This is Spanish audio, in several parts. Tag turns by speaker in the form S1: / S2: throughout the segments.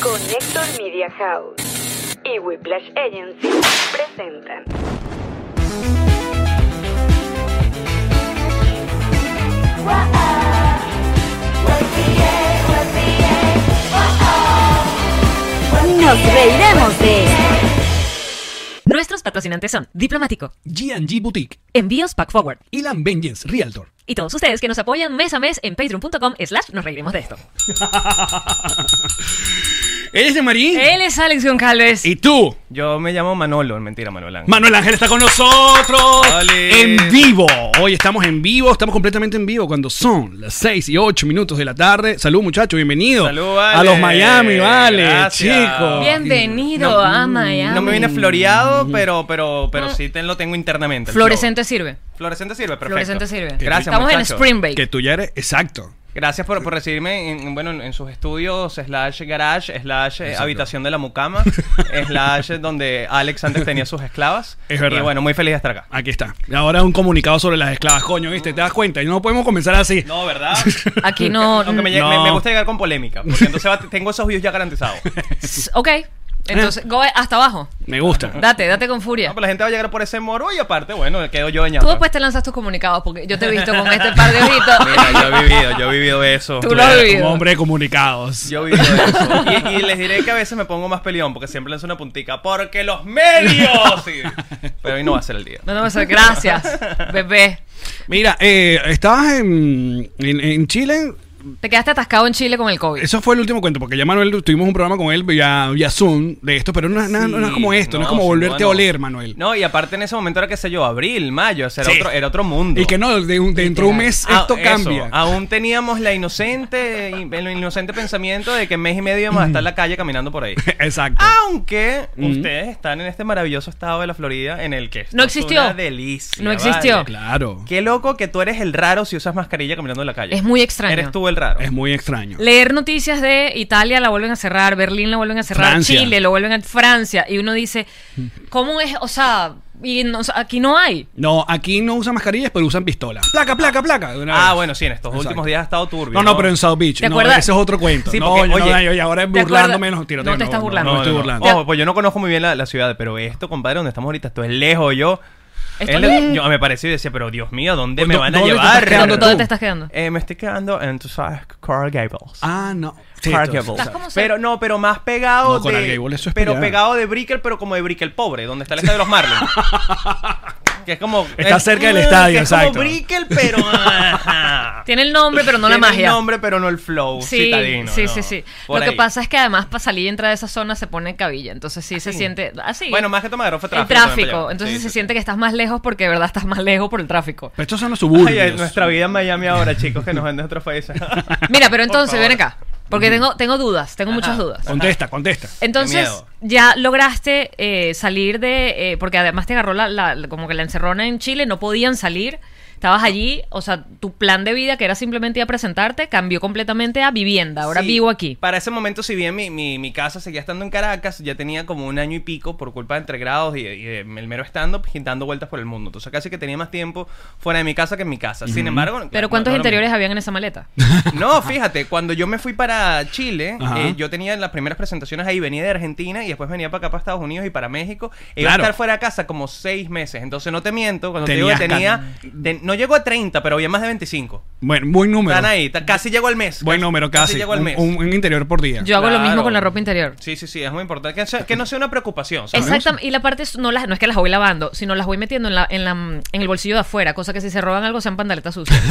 S1: Connector Media House y Whiplash Agency presentan. Nos reiremos de
S2: Nuestros patrocinantes son Diplomático,
S3: G&G Boutique
S2: Envíos Pack Forward
S3: y Land Vengeance Realtor.
S2: y todos ustedes que nos apoyan mes a mes en patreon.com slash nos reiremos de esto.
S3: Él es de Marín.
S2: Él es Alex Goncalves.
S3: Y tú,
S4: Yo me llamo Manolo, mentira, Manolo Ángel.
S3: Manuel Ángel, está con nosotros
S4: Ole.
S3: en vivo. Hoy estamos en vivo, estamos completamente en vivo cuando son las 6 y 8 minutos de la tarde. Salud, muchachos, bienvenido.
S4: Salud,
S3: A los
S4: Ale.
S3: Miami, vale,
S4: Gracias.
S3: chicos.
S2: Bienvenido
S4: No,
S2: a Miami.
S4: No me viene floreado, pero, pero, pero sí te, lo tengo internamente. el
S2: Ah. Fluorescente sirve.
S4: flow. Fluorescente sirve, perfecto.
S2: Fluorescente sirve.
S4: Gracias,
S2: Estamos en
S4: muchachos.
S2: Spring Break.
S3: Que tú ya eres, exacto.
S4: Gracias por, por recibirme en, en- bueno, en en sus estudios, slash garage, slash eh, habitación de la mucama, slash donde Alex antes tenía sus esclavas.
S3: Es verdad.
S4: Y bueno, muy feliz de estar acá.
S3: Aquí está. Y ahora es un comunicado sobre las esclavas, coño, ¿viste? ¿Te das cuenta? Y no podemos comenzar así.
S4: No, ¿verdad?
S2: Aquí no...
S4: Aunque me, lle-
S3: No.
S4: me- me gusta llegar con polémica, porque entonces va- tengo esos views ya garantizados.
S2: ok. Entonces, go hasta abajo.
S3: Me gusta.
S2: Date, date con furia.
S4: No, pero Ah, pues la gente va a llegar por ese moro y aparte, bueno, quedo yo dañado.
S2: Tú después te lanzas tus comunicados porque yo te he visto con este par de ojitos.
S4: Mira, yo he vivido, yo he vivido eso.
S2: Tú lo has
S3: Como
S2: vivido.
S3: hombre de comunicados.
S4: Yo he vivido eso. Y, y les diré que a veces me pongo más peleón porque siempre lanzo una puntica. Porque los medios. Sí. Pero hoy no va a ser el día.
S2: No, no, o sea, gracias, bebé.
S3: Mira, eh, estabas en, en, en Chile.
S2: Te quedaste atascado en Chile con el COVID.
S3: Eso fue el último cuento, porque ya Manuel, tuvimos un programa con él vía, vía Zoom de esto, pero no, es nada- no es como esto, no, es como
S4: sin
S3: volverte
S4: duda
S3: a
S4: no.
S3: oler, Manuel.
S4: No, y aparte en ese momento era, qué sé yo, abril, mayo. o sea, era,
S3: Sí.
S4: otro, era otro mundo.
S3: Y que no, de un- dentro de un mes
S4: Ah,
S3: esto
S4: eso,
S3: cambia.
S4: Aún teníamos la inocente, el inocente pensamiento de que en mes y medio íbamos a estar en la
S3: Mm.
S4: calle caminando por ahí.
S3: Exacto.
S4: Aunque
S3: Mm.
S4: ustedes están en este maravilloso estado de la Florida en el que esto
S2: No
S4: es
S2: existió.
S4: una delicia.
S2: No existió.
S3: Claro.
S4: Qué loco que tú eres el raro si usas mascarilla caminando en la calle.
S2: Es muy extraño.
S4: Eres tú el raro.
S3: Es muy extraño.
S2: Leer noticias de Italia la vuelven a cerrar, Berlín la vuelven a cerrar,
S3: Francia.
S2: Chile lo vuelven a Francia y uno dice, ¿cómo es? O sea, y no- o sea, aquí no hay.
S3: No, aquí no usan mascarillas, pero usan pistola. Placa, placa, placa. de una
S4: Ah,
S3: vez.
S4: bueno, sí, en estos
S3: Exacto.
S4: últimos días ha estado turbio.
S3: No, no, pero en South Beach.
S2: ¿Te
S3: No,
S2: acuerdas?
S3: ese es otro cuento.
S4: Sí,
S3: no,
S4: porque,
S3: yo no,
S4: oye,
S3: yo- y ahora
S2: ¿te acuerdas?
S3: burlándome de los tiroteo.
S2: No te estás burlando.
S3: No,
S2: No,
S3: me estoy burlando.
S4: Ojo, pues yo no conozco muy bien la, la ciudad, pero esto, compadre, donde estamos ahorita, esto es lejos, yo.
S2: Esto
S4: es
S2: es
S4: le-
S2: lejos.
S4: yo me pareció y decía, pero Dios mío, ¿dónde
S3: Pues,
S4: me
S3: ¿dó-
S4: van a
S3: dónde te estás
S4: llevar?
S3: quedando
S2: ¿Dónde te estás quedando?
S4: Eh, me estoy quedando en, tú sabes, Coral Gables.
S3: Ah, no. Sí,
S4: Coral
S3: entonces,
S4: Gables.
S2: Estás como
S4: Pero
S2: cerca.
S4: no, pero más pegado
S3: No,
S4: de.
S3: Coral Gables, eso es
S4: pero
S3: pegado.
S4: pegado de Brickell, pero como de Brickell pobre, donde está el estadio de los Marlins. que es como.
S3: Está
S4: es-
S3: cerca del
S4: mm,
S3: estadio,
S4: que es
S3: exacto.
S4: Como Brickell, pero. ajá.
S2: Tiene el nombre, pero no la
S4: Tiene el
S2: magia.
S4: nombre, pero no el flow
S2: Sí,
S4: citadino.
S2: sí,
S4: no.
S2: sí, sí.
S4: Por
S2: Lo que
S4: ahí.
S2: pasa es que además para salir y entrar de esa zona se pone cabilla, entonces sí se siente así.
S4: Bueno, más que todo me agarró fue
S2: el
S4: tráfico. también para
S2: tráfico,
S4: allá.
S2: entonces
S4: Sí,
S2: se
S4: sí,
S2: siente que estás más lejos porque de verdad estás más lejos por el tráfico.
S3: Pero estos son los
S4: sí.
S3: suburbios.
S4: Ay, ay, nuestra vida en Miami ahora, chicos, que nos ven de otros países.
S2: Mira, pero
S4: Por
S2: entonces
S4: favor.
S2: ven acá, porque tengo tengo dudas, tengo muchas
S4: Ajá.
S2: dudas.
S3: Contesta, contesta.
S2: Entonces,
S4: miedo.
S2: ya lograste eh, salir de. eh, porque además te agarró la, la- como que la encerrona en Chile, no podían salir. Estabas allí, o sea, tu plan de vida, que era simplemente ir a presentarte, cambió completamente a vivienda. Ahora
S4: Sí,
S2: vivo aquí.
S4: Para ese momento, si bien mi, mi, mi casa seguía estando en Caracas, ya tenía como un año y pico por culpa de entregrados y, y de- el mero stand-up y dando vueltas por el mundo. Entonces casi que tenía más tiempo fuera de mi casa que en mi casa. Sin embargo...
S2: Pero
S4: claro,
S2: ¿cuántos
S4: no- no era
S2: interiores
S4: mi-
S2: habían en esa maleta?
S4: No, fíjate, cuando yo me fui para Chile,
S3: Ajá.
S4: eh, yo tenía las primeras presentaciones ahí, venía de Argentina y después venía para acá, para Estados Unidos y para México. E Iba
S3: Claro.
S4: a estar fuera de casa como seis meses. Entonces no te miento, cuando
S3: Tenías
S4: te digo que tenía... te- no llegó a 30, pero había más de 25.
S3: Bueno, buen número.
S4: Están ahí, ta- casi llegó al mes.
S3: Buen número, casi.
S4: llegó al
S3: Un,
S4: mes.
S3: un- un interior por día.
S2: Yo hago lo mismo
S4: Claro.
S2: con la ropa interior.
S4: Sí, sí, sí, es muy importante. Que, sea- que no sea una preocupación. ¿sabes?
S2: Exactamente. Y la parte, es- no, las, no es que las voy lavando, sino las voy metiendo en, la, en, la, en el bolsillo de afuera, cosa que si se roban algo sean pantaletas sucias.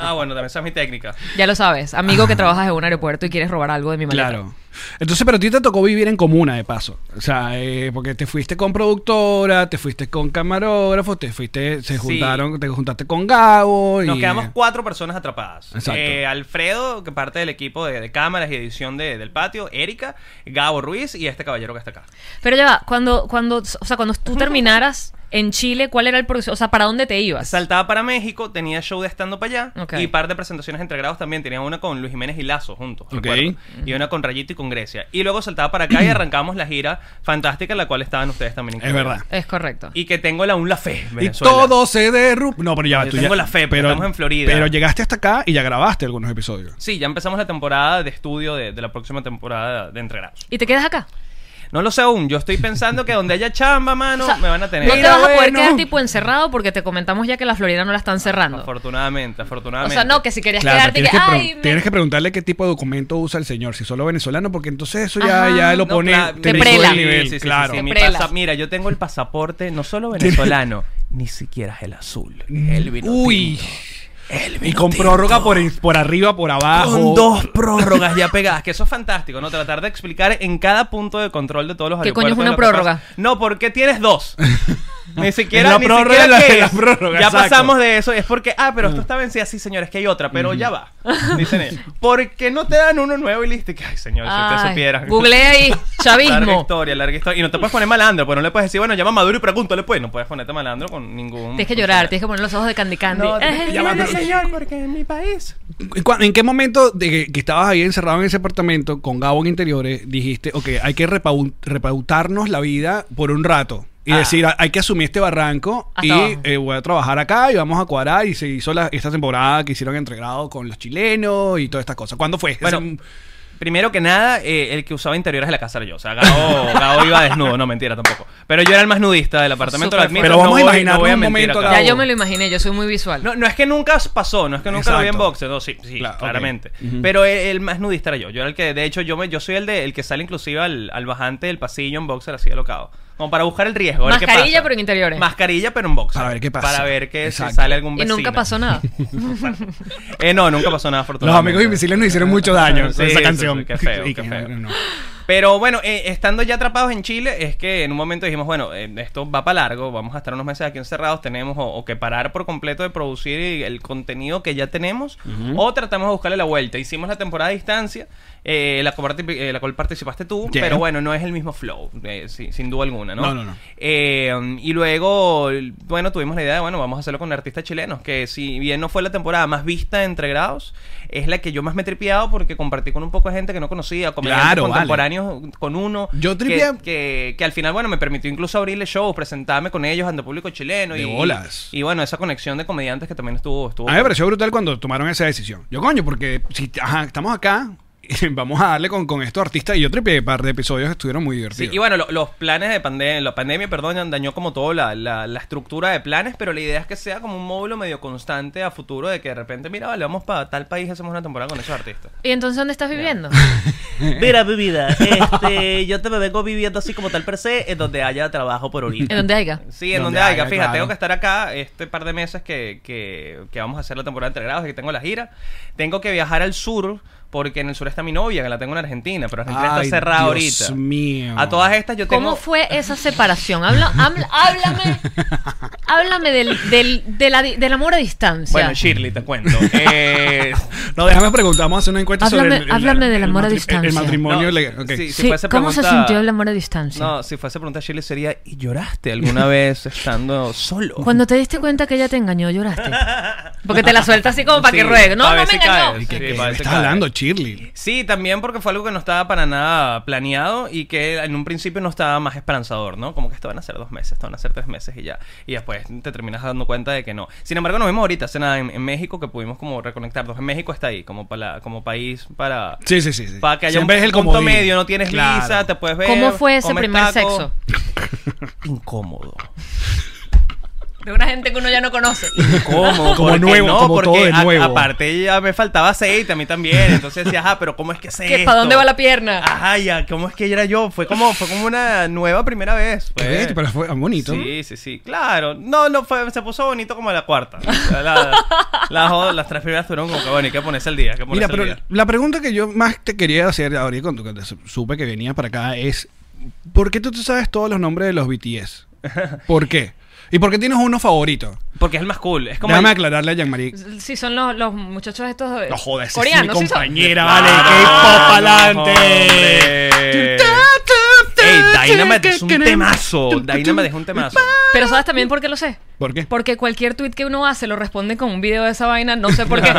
S4: Ah, bueno, también esa es mi técnica.
S2: ya lo sabes, amigo que trabajas en un aeropuerto y quieres robar algo de mi maleta.
S3: Claro. Entonces, pero a ti te tocó vivir en comuna, de paso. O sea, eh, porque te fuiste con productora, te fuiste con camarógrafo, te fuiste, se
S4: Sí.
S3: juntaron, te juntaste con Gabo.
S4: Nos
S3: y-
S4: quedamos cuatro personas atrapadas.
S3: Exacto.
S4: Eh, Alfredo, que parte del equipo de, de cámaras y edición de- del patio, Erika, Gabo Ruiz y este caballero que está acá.
S2: Pero ya va, cuando, cuando, o sea, cuando tú terminaras en Chile, ¿cuál era el proceso? O sea, ¿para dónde te ibas?
S4: Saltaba para México, tenía show de stand-up allá
S2: Ok.
S4: y par de presentaciones entre grados también. Tenía una con Luis Jiménez y Lazo juntos,
S3: Ok.
S4: recuerdo. Y una con Rayito y con Grecia. Y luego saltaba para acá y arrancamos la gira fantástica en la cual estaban ustedes también
S3: Es
S4: incluidos.
S3: verdad.
S2: Es correcto.
S4: Y que tengo la, aún la fe,
S3: Y
S4: Venezuela.
S3: todo se derrumba. No, pero ya va,
S4: Yo
S3: tú
S4: tengo
S3: ya-
S4: la fe, porque estamos en Florida.
S3: Pero llegaste hasta acá y ya grabaste algunos episodios.
S4: Sí, ya empezamos la temporada de estudio de, de la próxima temporada de Entre Grados.
S2: ¿Y te quedas acá?
S4: No lo sé aún. Yo estoy pensando que donde haya chamba, mano,
S2: O sea,
S4: me van a tener.
S2: No te
S3: Mira,
S2: vas a poder
S3: bueno.
S2: quedar tipo encerrado porque te comentamos ya que la Florida no la están cerrando.
S4: Afortunadamente,
S2: O
S4: afortunadamente.
S2: sea, no, que si querías
S3: Claro,
S2: quedarte,
S3: tienes
S2: que,
S3: que, pre-
S2: ay, me-
S3: tienes que preguntarle qué tipo de documento usa el señor, si solo venezolano, porque entonces eso ya,
S2: Ajá.
S3: ya lo
S4: No,
S3: pone
S4: cla-
S2: te
S4: sí,
S3: sube
S2: prela.
S3: el nivel,
S4: sí, sí, sí,
S3: claro.
S4: sí,
S2: Te
S4: mi
S2: prela.
S4: pasa- mira, yo tengo el pasaporte no solo venezolano, ni siquiera es el azul. El vino
S3: Uy.
S4: tinto. El
S3: Y
S4: vino
S3: con
S4: tinto.
S3: prórroga por, en- por arriba, por abajo.
S4: Con dos prórrogas ya pegadas, que eso es fantástico, ¿no? Tratar de explicar en cada punto de control de todos los
S2: ¿Qué coño es
S4: aeropuertos
S2: una
S4: lo que
S2: prórroga?
S4: pasa. No, porque tienes dos. Ni siquiera,
S3: La
S4: ni
S3: prórroga
S4: siquiera
S3: es la-
S4: qué
S3: la
S4: es.
S3: prórroga,
S4: Ya
S3: exacto.
S4: pasamos de eso. Es porque, ah, pero esto está vencida. Sí, señores, que hay otra, pero ya va. Dicen ellos. ¿Por qué no te dan uno nuevo y listo? Y que, Ay, señores, si
S2: Ay,
S4: ustedes supieran.
S2: Googleé ahí,
S4: Larga
S2: chavismo.
S4: historia, larga historia. Y no te puedes poner malandro, pues no le puedes decir, bueno, llama a Maduro y pregúntale, pues. No puedes ponerte malandro con ningún.
S2: Tienes que llorar, tienes que poner los ojos de Candy Candy.
S4: No, tienes que
S2: Eh,
S4: llamar,
S3: Llamando-
S4: señor, porque en mi país.
S3: ¿En cua- ¿En qué momento de que, que estabas ahí encerrado en ese apartamento con Gabo en interiores dijiste, ok, hay que repau- repautarnos la vida por un rato? Y
S4: Ah.
S3: decir, "Ah, hay que asumir este barranco
S2: Hasta
S3: y
S2: abajo.
S3: eh, voy a trabajar acá y vamos a cuadrar. Y se hizo la- esta temporada que hicieron entregado con los chilenos y todas estas cosas. ¿Cuándo fue?
S4: Bueno,
S3: Hace-
S4: Primero que nada, eh, el que usaba interiores de la casa era yo. O sea, Gao, Gao iba desnudo, no mentira tampoco. Pero yo era el más nudista del apartamento, lo
S2: Súper
S4: admito.
S3: Pero
S4: no
S3: vamos a
S4: voy- no
S3: imaginarnos
S4: voy a
S3: un
S4: mentir
S3: momento,
S4: acá.
S2: Ya
S3: Gabo.
S2: yo me lo imaginé, yo soy muy visual.
S4: No, no es que nunca pasó, no es que nunca lo vi en
S3: Exacto.
S4: boxeo, no, sí, sí,
S3: Claro, ok.
S4: claramente.
S3: Ujú.
S4: Pero el, el más nudista era yo. Yo era el que, de hecho, yo me, yo soy el de el que sale inclusive al, al bajante del pasillo en boxer así alocado. Como para buscar el riesgo. a ver qué
S2: Mascarilla,
S4: pasa.
S2: pero en interiores.
S4: Mascarilla, pero en boxer.
S3: Para ver qué pasa.
S4: Para ver que si
S3: Exacto.
S4: sale algún
S2: y
S4: vecino.
S2: nunca pasó nada.
S4: Eh, no, nunca pasó nada,
S3: los
S4: afortunadamente.
S3: amigos invisibles nos hicieron mucho daño con
S4: Sí, sí,
S3: esa
S4: sí,
S3: canción.
S4: qué feo,
S3: Y
S4: qué
S3: que-
S4: feo.
S3: no, no.
S4: Pero bueno, eh, estando ya atrapados en Chile, es que en un momento dijimos, bueno, eh, esto va para largo, vamos a estar unos meses aquí encerrados, tenemos o, o que parar por completo de producir el contenido que ya tenemos, o tratamos de buscarle la vuelta. Hicimos la temporada a distancia, eh, la, cual parti- eh, la cual participaste tú,
S3: Yeah.
S4: pero bueno, no es el mismo flow, eh, si- sin duda alguna, ¿no?
S3: No, no, no.
S4: Eh, y luego, bueno, tuvimos la idea de, bueno, vamos a hacerlo con artistas chilenos, que si bien no fue la temporada más vista de entre grados, es la que yo más me he tripeado porque compartí con un poco de gente que no conocía, comediantes
S3: Claro, vale.
S4: contemporáneos con uno.
S3: Yo
S4: que-
S3: tripeé-
S4: Que, que al final, bueno, me permitió incluso abrirle shows, presentarme con ellos ante público chileno.
S3: De
S4: y,
S3: bolas.
S4: Y bueno, esa conexión de comediantes que también estuvo. estuvo
S3: A mí me pareció brutal cuando tomaron esa decisión. Yo, coño, porque si ajá, estamos acá, vamos a darle con, con estos artistas. Y yo tripié un par de episodios que estuvieron muy
S4: Sí,
S3: divertidos.
S4: y bueno, lo- los planes de pandemia, la pandemia, perdón, dañó como todo la, la- la estructura de planes, pero la idea es que sea como un módulo medio constante a futuro de que de repente, mira, vale, vamos para tal país y hacemos una temporada con esos artistas.
S2: ¿Y entonces dónde estás viviendo?
S4: Mira, mi vida, este, yo te me vengo viviendo así como tal per se, en donde haya trabajo por ahorita.
S2: ¿En dónde haya?
S4: Sí, en
S3: Donde
S4: donde, haya.
S3: haya,
S4: Fija,
S3: claro.
S4: tengo que estar acá este par de meses que, que, que vamos a hacer la temporada entre grados, que tengo la gira. Tengo que viajar al sur, porque en el sur está mi novia, que la tengo en Argentina, pero Argentina
S3: Ay,
S4: está cerrada
S3: Dios
S4: ahorita.
S3: mío.
S4: A todas estas yo tengo...
S2: ¿Cómo fue esa separación? Habla, habla- háblame háblame del, del, de la di- del amor a distancia.
S4: Bueno, Shirley, te cuento. Eh,
S3: No, déjame preguntar, vamos a hacer una encuesta
S2: Háblame-
S3: sobre el, el-
S2: háblame
S3: el
S2: del amor a
S3: matri-
S2: distancia.
S3: El matrimonio
S4: No,
S3: legal. Ok.
S4: sí. si
S2: Sí,
S4: fuese
S2: ¿Cómo se
S4: pregunta-
S2: sintió el amor a distancia?
S4: no, si fuese pregunta a Shirley sería, ¿y lloraste alguna vez estando solo?
S2: Cuando te diste cuenta que ella te engañó, lloraste. Porque te la suelta así como para que
S4: Sí,
S2: ruegue. No, no
S4: para ver
S2: me
S4: si
S2: engañó.
S4: caes.
S3: ¿Qué-
S4: Sí,
S3: qué
S4: parece
S3: me estás
S4: claro.
S3: hablando, Shirley?
S4: Sí, también porque fue algo que no estaba para nada planeado y que en un principio no estaba más esperanzador, ¿no? Como que esto van a ser dos meses, esto van a ser tres meses y ya. Y después te terminas dando cuenta de que no. Sin embargo, nos vemos ahorita, hace nada, en, en México, que pudimos como reconectarnos. En México está ahí, como, para, como país para...
S3: Sí, sí, sí. sí.
S4: Para que haya
S3: Siempre
S4: un
S3: es el
S4: punto
S3: comodín.
S4: medio, no tienes
S3: Claro.
S4: visa, te puedes ver.
S2: ¿Cómo fue ese
S4: comes
S2: primer
S4: taco.
S2: sexo?
S4: Incómodo.
S2: De una gente que uno ya no conoce.
S4: ¿Cómo?
S3: Como
S4: ¿Por qué
S3: nuevo,
S4: no?
S3: como
S4: porque
S3: todo de
S4: a-
S3: nuevo.
S4: aparte ya me faltaba aceite a mí también. Entonces decía, ajá, pero ¿cómo es que sé
S2: ¿Qué, ¿Para dónde
S4: esto? Ah.
S2: va la pierna?
S4: Ajá, ya, ¿cómo es que era yo? Fue como, fue como una nueva primera vez.
S3: ¿Qué?
S4: pues.
S3: Pero fue bonito.
S4: Sí, sí, sí, claro. No, no, fue, se puso bonito como la cuarta. O sea, la- la jo- las tres primeras fueron como que bueno, hay que ponerse al día. hay que
S3: Mira,
S4: ponerse al
S3: pero
S4: día.
S3: la pregunta que yo más te quería hacer ahorita cuando cuando supe que venías para acá es ¿por qué tú te sabes todos los nombres de los BTS? ¿Por qué? ¿Y por qué tienes uno favorito?
S4: Porque es el más cool. Es como.
S3: Déjame
S4: el-
S3: aclararle a Jean-Marie.
S2: Sí, son los, los muchachos estos eh,
S3: No jodas, esa es mi
S2: coreanos, ¿sí son?
S3: compañera,
S4: Claro,
S3: vale. K-pop
S4: no,
S3: adelante.
S4: hombre. Ey, Dynamite es un temazo. Dynamite es un temazo.
S2: Pero ¿sabes también por qué lo sé?
S3: ¿Por qué?
S2: Porque cualquier tweet que uno hace lo responden con un video de esa vaina, no sé por qué.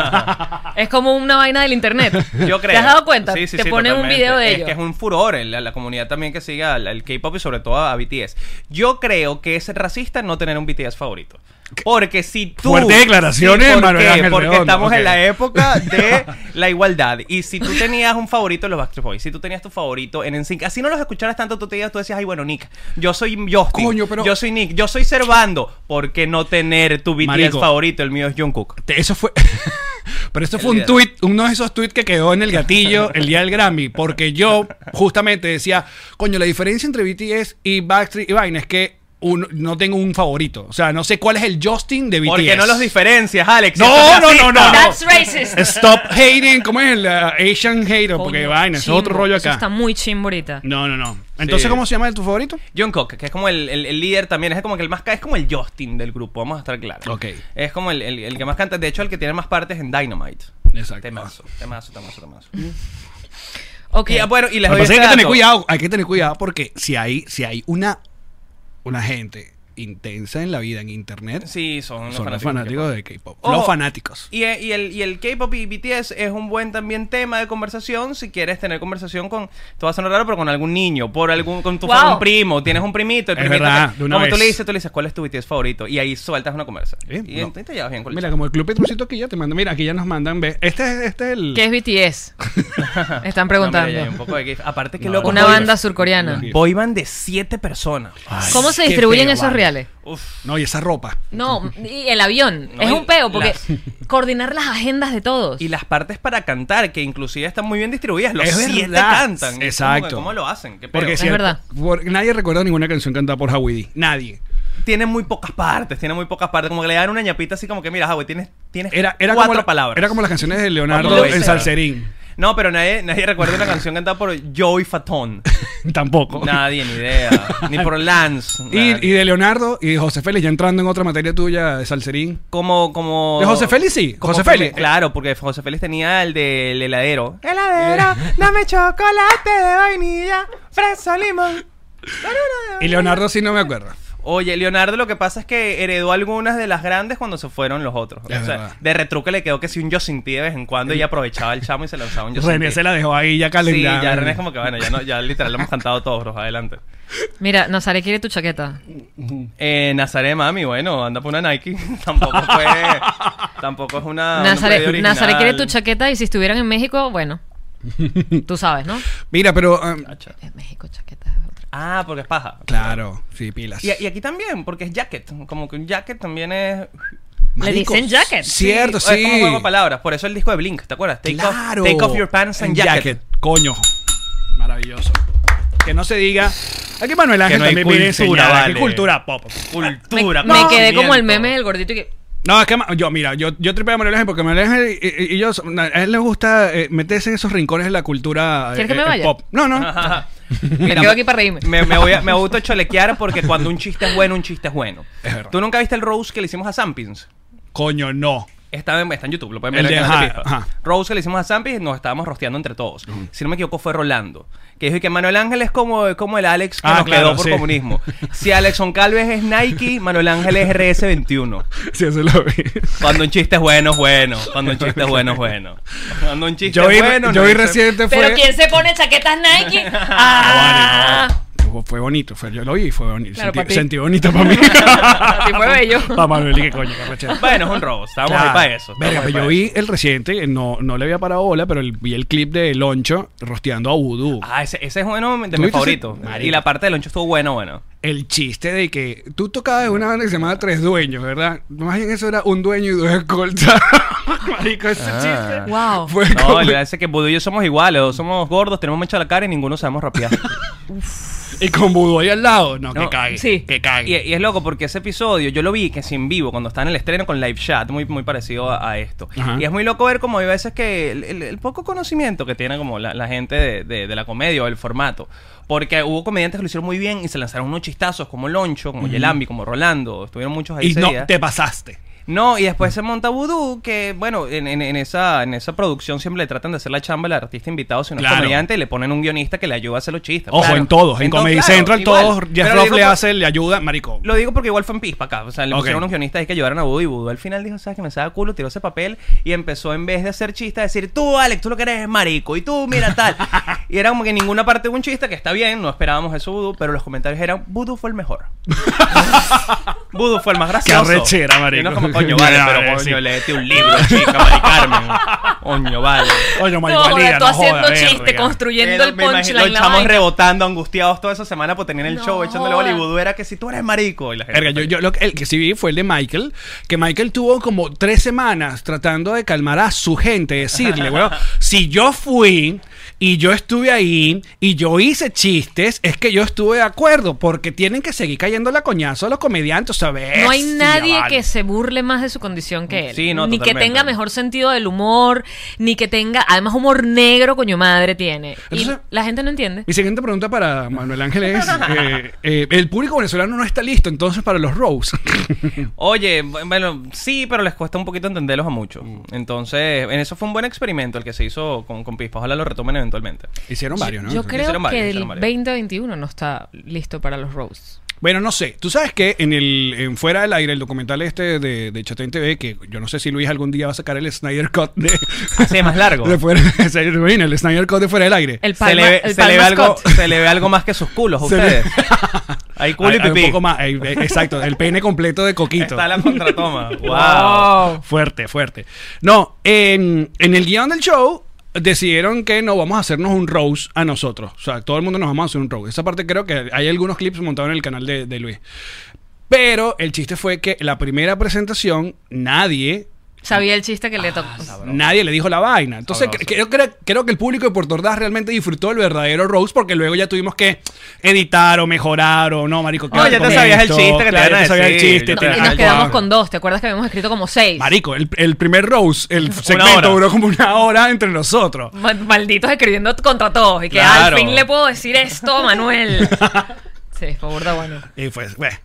S2: es como una vaina del internet.
S4: Yo creo.
S2: ¿Te has dado cuenta?
S4: Sí, sí,
S2: Te
S4: sí,
S2: ponen un
S4: totalmente.
S2: video de
S4: Es
S2: ellos.
S4: que es un furor el- la, la comunidad también que sigue al, al K-pop y sobre todo a BTS. Yo creo que es racista no tener un BTS favorito. Porque si tú.
S3: Fuertes declaraciones,
S4: ¿por
S3: Manuel
S4: qué?
S3: Ángel
S4: Porque
S3: Redondo,
S4: estamos
S3: ok.
S4: en la época de la igualdad. Y si tú tenías un favorito los Backstreet Boys, si tú tenías tu favorito en NSYNC, así no los escucharas tanto, tú, te ibas- tú decías, ay, bueno, Nick, yo soy Justin,
S3: Coño, pero-
S4: yo soy Nick, yo soy Servando. ¿Por qué no tener tu BTS
S3: Marico.
S4: favorito? El mío es Jungkook.
S3: Te- Eso fue. Pero eso fue un
S4: líder.
S3: tweet, uno de esos tweets que quedó en el gatillo el día del Grammy, porque yo justamente decía, coño, la diferencia entre BTS y Backstreet y Vine es que uno- no tengo un favorito, o sea, no sé cuál es el Justin de BTS.
S4: Porque no los diferencias, Alex.
S3: No,
S4: Esto es
S3: no, no, no,
S4: racista.
S3: no.
S2: That's racist.
S3: Stop hating, ¿cómo es el uh, Asian hater?
S2: Coño,
S3: Porque vaina, eso
S2: chimbo.
S3: es otro rollo
S2: Eso
S3: acá.
S2: está muy chimbo ahorita.
S3: No, no, no. Entonces,
S4: Sí.
S3: ¿cómo se llama el tu favorito?
S4: Jungkook, que es como el, el- el líder también, es como que el más ca- es como el Justin del grupo, vamos a estar claros.
S3: Ok.
S4: Es como el, el- el que más canta, de hecho el que tiene más partes en Dynamite.
S3: Exacto.
S4: Temazo, temazo, temazo, temazo.
S2: Ok.
S4: Y ah, bueno, y les
S3: Lo que
S4: doy
S3: pasa es que hay
S4: este
S3: que tener
S4: dato.
S3: cuidado, hay que tener cuidado porque si hay, si hay una, una gente intensa en la vida en internet,
S4: Sí, son, los
S3: son los
S4: fanáticos.
S3: fanáticos de K-pop.
S4: Ojo,
S3: Los fanáticos.
S4: Y, eh, y el, y el K-pop y BTS es un buen también tema de conversación si quieres tener conversación con, esto va a sonar raro, pero con algún niño, por algún, con tu
S2: Wow.
S4: un primo, tienes un primito, el
S3: Es
S4: primito
S3: verdad,
S4: te-
S3: de una
S4: como tú
S3: vez.
S4: le dices, tú le dices, ¿cuál es tu BTS favorito? Y ahí sueltas una conversa.
S3: Eh,
S4: y
S3: no.
S4: ent- te llevas bien con el
S3: Mira,
S4: chico.
S3: como el Club Petroncito aquí ya te manda. Mira, aquí ya nos mandan. ve, Este es, este es el.
S2: ¿Qué es BTS? Están
S4: No, mira, ya hay un
S2: preguntando.
S4: poco de gif. Aparte que
S3: No.
S4: loco.
S2: Una
S4: boy-
S2: banda surcoreana.
S3: Gif.
S4: Boyband de siete personas.
S3: Ay,
S2: ¿Cómo se
S3: qué
S2: distribuyen
S3: feo,
S2: esos
S3: vale.
S2: reales?
S4: Uf.
S3: No, y esa ropa.
S2: No, y el avión.
S4: No,
S2: es
S4: y
S2: un peo, porque
S4: las-
S2: coordinar las agendas de todos.
S4: Y las partes para cantar, que inclusive están muy bien distribuidas. Los
S3: Es
S4: siete
S3: verdad.
S4: cantan. Es como que,
S3: Exacto.
S4: ¿Cómo lo hacen? ¿Qué peo?
S3: Porque
S2: Es
S3: si-
S2: verdad.
S3: por- nadie recuerda ninguna canción cantada por Hawidi. Nadie.
S4: tienen muy pocas partes, tienen muy pocas partes. Como que le dan una ñapita así como que, mira, Javi, tienes, tienes
S3: Era, era
S4: cuatro
S3: como la-
S4: palabras.
S3: Era como las canciones de
S4: Cuatro
S3: Leonardo
S4: veces.
S3: en Salserín.
S4: No, pero nadie, nadie recuerda una canción cantada por Joey Fatón.
S3: Tampoco.
S4: Nadie, ni idea. Ni por Lance.
S3: Y,
S4: nadie.
S3: y de Leonardo y de José Félix, ya entrando en otra materia tuya de Salserín.
S4: Como, como.
S3: ¿De José Félix? Sí,
S4: Oh. como
S3: José
S4: primer-
S3: Félix.
S4: Claro, porque José Félix tenía el del heladero. Heladero, dame chocolate de vainilla, fresa, limón.
S3: Y Leonardo sí no me acuerdo.
S4: Oye, Leonardo lo que pasa es que heredó algunas de las grandes cuando se fueron los otros.
S3: Es
S4: o sea,
S3: verdad.
S4: de retruque le quedó que si un yo sin ti de vez en cuando y aprovechaba el chamo y se lanzaba un yo sin
S3: René
S4: ti.
S3: se la dejó ahí ya
S4: Sí,
S3: calentada.
S4: ya René es como que bueno, ya, no, ya literal lo hemos cantado todos, bro. Adelante.
S2: Mira, Nazaré quiere tu chaqueta.
S4: Eh, Nazaré, mami, bueno, anda por una Nike. tampoco fue. tampoco es una. Ah, un pedido
S2: Nazaré,
S4: original.
S2: Nazaré quiere tu chaqueta y si estuvieran en México, bueno. Tú sabes, ¿no?
S3: Mira, pero. um,
S4: Chacha.
S2: En México, chaqueta es otra.
S4: Ah, porque es paja.
S3: claro, sí, pilas.
S4: Y, y aquí también, porque es jacket. Como que un jacket también es.
S2: Le dicen jacket.
S3: Cierto, sí.
S4: Es como un juego de palabras. Por eso el disco de Blink, ¿te acuerdas? Take,
S3: claro.
S4: off, take off your pants and jacket.
S3: Coño. Maravilloso. Que no se diga. Aquí Manuel Ángel
S4: no hay
S3: también viene
S4: cultura,
S3: enseñada, que
S4: vale.
S3: cultura pop.
S2: Me,
S4: Cultura.
S2: me quedé como el
S4: conocimiento.
S2: meme del gordito y que.
S3: No, es que ma- yo, mira, yo, yo tripeo a Manuel Ángel porque Manuel Ángel y, y- y yo, som- a él le gusta eh, meterse en esos rincones de la cultura
S2: ¿Quieres
S3: eh,
S2: que me
S3: eh,
S2: vaya?
S3: pop. No, no.
S2: Me quedo aquí para reírme.
S4: Me, me voy a, me auto cholequear porque cuando un chiste es bueno, un chiste es bueno.
S3: Es verdad.
S4: ¿Tú nunca viste el Rose que le hicimos a Sampins?
S3: Coño, no.
S4: Está en, está en YouTube, lo pueden
S3: El
S4: ver en el
S3: de-
S4: canal de
S3: ajá,
S4: Pispa.
S3: ajá.
S4: Rose que le hicimos a Zampis nos estábamos rosteando entre todos. Si no me equivoco, fue Rolando. Que dijo que Manuel Ángel es como, como el Alex que
S3: Ah,
S4: nos
S3: claro,
S4: quedó por
S3: sí.
S4: comunismo. Si Alex Goncalves es Nike, Manuel Ángel es RS21.
S3: Sí, eso lo vi.
S4: Cuando un chiste es bueno, es bueno. Cuando un chiste es bueno, es bueno. Cuando un chiste
S3: Yo vi,
S4: es bueno,
S3: yo
S4: no
S3: vi
S4: dice-
S3: reciente fue.
S2: Pero ¿quién se pone chaquetas Nike? Ah,
S3: Fue- Fue bonito, fue, yo lo vi y fue bonito.
S2: Claro, para ti.
S3: sentí, sentí bonito para mí.
S2: Para ti Ah, fue bello.
S3: Para Manuel, y qué coño, qué rechera.
S4: Bueno, es un robo. Estábamos ahí
S3: Claro.
S4: para eso.
S3: Verga,
S4: estábamos
S3: pero
S4: ahí para
S3: yo
S4: eso.
S3: vi el reciente, no, no le había parado bola, pero el- vi el clip de Loncho rosteando a Vudú.
S4: Ah, ese, ese es uno de
S3: ¿Tú
S4: mis
S3: viste
S4: favoritos.
S3: ese? Marico.
S4: Y la parte del loncho estuvo buena, bueno.
S3: El chiste de que tú tocabas en una banda que se llamaba Tres Dueños, ¿verdad? Más bien eso era un dueño y dos escoltas. Marico, ese
S4: Ah.
S3: chiste.
S2: Wow.
S3: Fue como-
S4: No, le hace que Budu y yo somos iguales, dos somos gordos, tenemos mancha la cara y ninguno sabemos rapear.
S3: Y con Vudú ahí al lado. No,
S4: No,
S3: que cague.
S2: sí.
S3: Que cague.
S4: y, eh, y es loco porque ese episodio yo lo vi que es en vivo cuando está en el estreno con live chat, muy, muy parecido a, a esto.
S3: Ajá.
S4: Y es muy loco ver como hay veces que el, el- el poco conocimiento que tiene como la, la gente de, de- de la comedia o el formato. Porque hubo comediantes que lo hicieron muy bien y se lanzaron unos chistazos como Loncho, como Yelambi, como Rolando. Estuvieron muchos ahí
S3: Y
S4: ese
S3: no,
S4: día.
S3: te pasaste.
S4: No, y después se monta Voodoo, que bueno, en, en- en esa, en esa producción siempre le tratan de hacer la chamba al artista invitado, si no
S3: Claro.
S4: es comediante, y le ponen un guionista que le ayuda a hacer los chistes.
S3: Ojo,
S4: Claro.
S3: en todos. En Comedy
S4: claro,
S3: Central,
S4: igual.
S3: todos.
S4: Pero
S3: Jeff
S4: digo
S3: Ross le
S4: por-
S3: hace, le ayuda, marico.
S4: Lo digo porque igual fue en pispa acá. O sea, le
S3: Ok.
S4: pusieron unos guionistas ahí que ayudaron a Voodoo y Voodoo al final dijo, ¿sabes que Me saca culo, tiró ese papel y empezó en vez de hacer chistes a decir, tú, Alex, tú lo que eres es marico y tú, mira tal. y era como que en ninguna parte hubo un chiste, que está bien, no esperábamos eso, Voodoo, pero los comentarios eran, Voodoo fue el mejor. Voodoo fue el más gracioso.
S3: arrechera, marico.
S4: Y uno como, coño, vale,
S3: Ya,
S4: pero
S3: vale,
S4: coño,
S3: sí.
S4: léete un libro, chica, Mari Carmen. Coño, vale.
S3: Oye,
S2: No,
S3: marivalía,
S2: joda, tú
S3: no
S2: haciendo
S3: joda,
S2: chiste,
S3: verga.
S2: construyendo
S4: Pero
S2: el
S4: me imagino,
S2: punchline.
S4: Los
S2: la
S4: chamos
S2: vaina.
S4: rebotando, angustiados toda esa semana, pues tenían el
S2: No
S4: show echándole bola y
S2: joda.
S4: Voodoo era que si tú eres marico. Y la gente-
S3: Eh, Verga, yo, yo lo que, el que sí vi fue el de Michael, que Michael tuvo como tres semanas tratando de calmar a su gente, decirle, bueno, si yo fui y yo estuve ahí y yo hice chistes, es que yo estuve de acuerdo, porque tienen que seguir cayendo la coñazo a los comediantes, ¿sabes?
S2: No hay nadie que se burle más de su condición que él.
S4: Sí, no,
S2: ni que
S4: totalmente.
S2: tenga mejor sentido del humor, ni que tenga, además humor negro, coño madre, tiene.
S3: Entonces-
S2: y la gente no entiende.
S3: Mi siguiente pregunta para Manuel Ángel es, eh, eh, el público venezolano no está listo entonces para los Rose.
S4: Oye, bu- bueno, sí, pero les cuesta un poquito entenderlos a muchos.
S3: Mm.
S4: Entonces, en eso fue un buen experimento el que se hizo con, con Pispa. Ojalá lo retomen eventualmente.
S3: Hicieron varios, ¿no?
S2: Yo
S4: Hicieron
S2: creo
S4: varios,
S2: que el
S4: hicieron varios.
S2: 2021 no está listo para los Rose.
S3: Bueno, no sé. Tú sabes que en el en Fuera del Aire, el documental este de, de Chatén TV, que yo no sé si Luis algún día va a sacar el Snyder Cut de,
S4: Así de más largo.
S3: de Fuera se imagina, el Snyder Cut de Fuera del Aire.
S2: El
S4: se,
S2: Palma,
S4: le ve,
S2: el
S4: se le ve
S2: Palma
S4: algo,
S2: Scott.
S4: se le ve algo más que sus culos a
S3: Se le-
S4: ustedes. Hay culo y
S3: Hay- hay
S4: pipí.
S3: un poco más, eh, eh, exacto, el pene completo de Coquito.
S4: Está la contratoma. wow.
S3: Fuerte, fuerte. No, en, en el guión del show decidieron que no vamos a hacernos un roast a nosotros. O sea, todo el mundo nos vamos a hacer un roast. Esa parte creo que hay algunos clips montados en el canal de, de Luis. Pero el chiste fue que la primera presentación nadie
S2: Sabía el chiste que le
S4: Ah,
S2: tocó.
S3: Nadie le dijo la vaina. Entonces, cre-
S4: Sabroso.
S3: creo, creo- creo que el público de Puerto Ordaz realmente disfrutó el verdadero roast porque luego ya tuvimos que editar o mejorar o no, marico. ¿qué
S4: No,
S3: va
S4: ya
S3: con
S4: te sabías el
S3: esto?
S4: chiste que te
S3: Claro,
S4: iban a
S3: ya sabías el
S4: decir.
S3: chiste,
S4: No,
S3: te-
S2: y
S4: algo-
S2: nos quedamos con dos, ¿te acuerdas que habíamos escrito como seis?
S3: Marico, el, el primer roast, el segmento
S4: hora.
S3: duró como una hora entre nosotros.
S2: Ma- Malditos escribiendo contra todos. Y que
S4: Claro.
S2: al fin le puedo decir esto a Manuel. sí, fue burda bueno.
S3: Y pues, bueno. eh,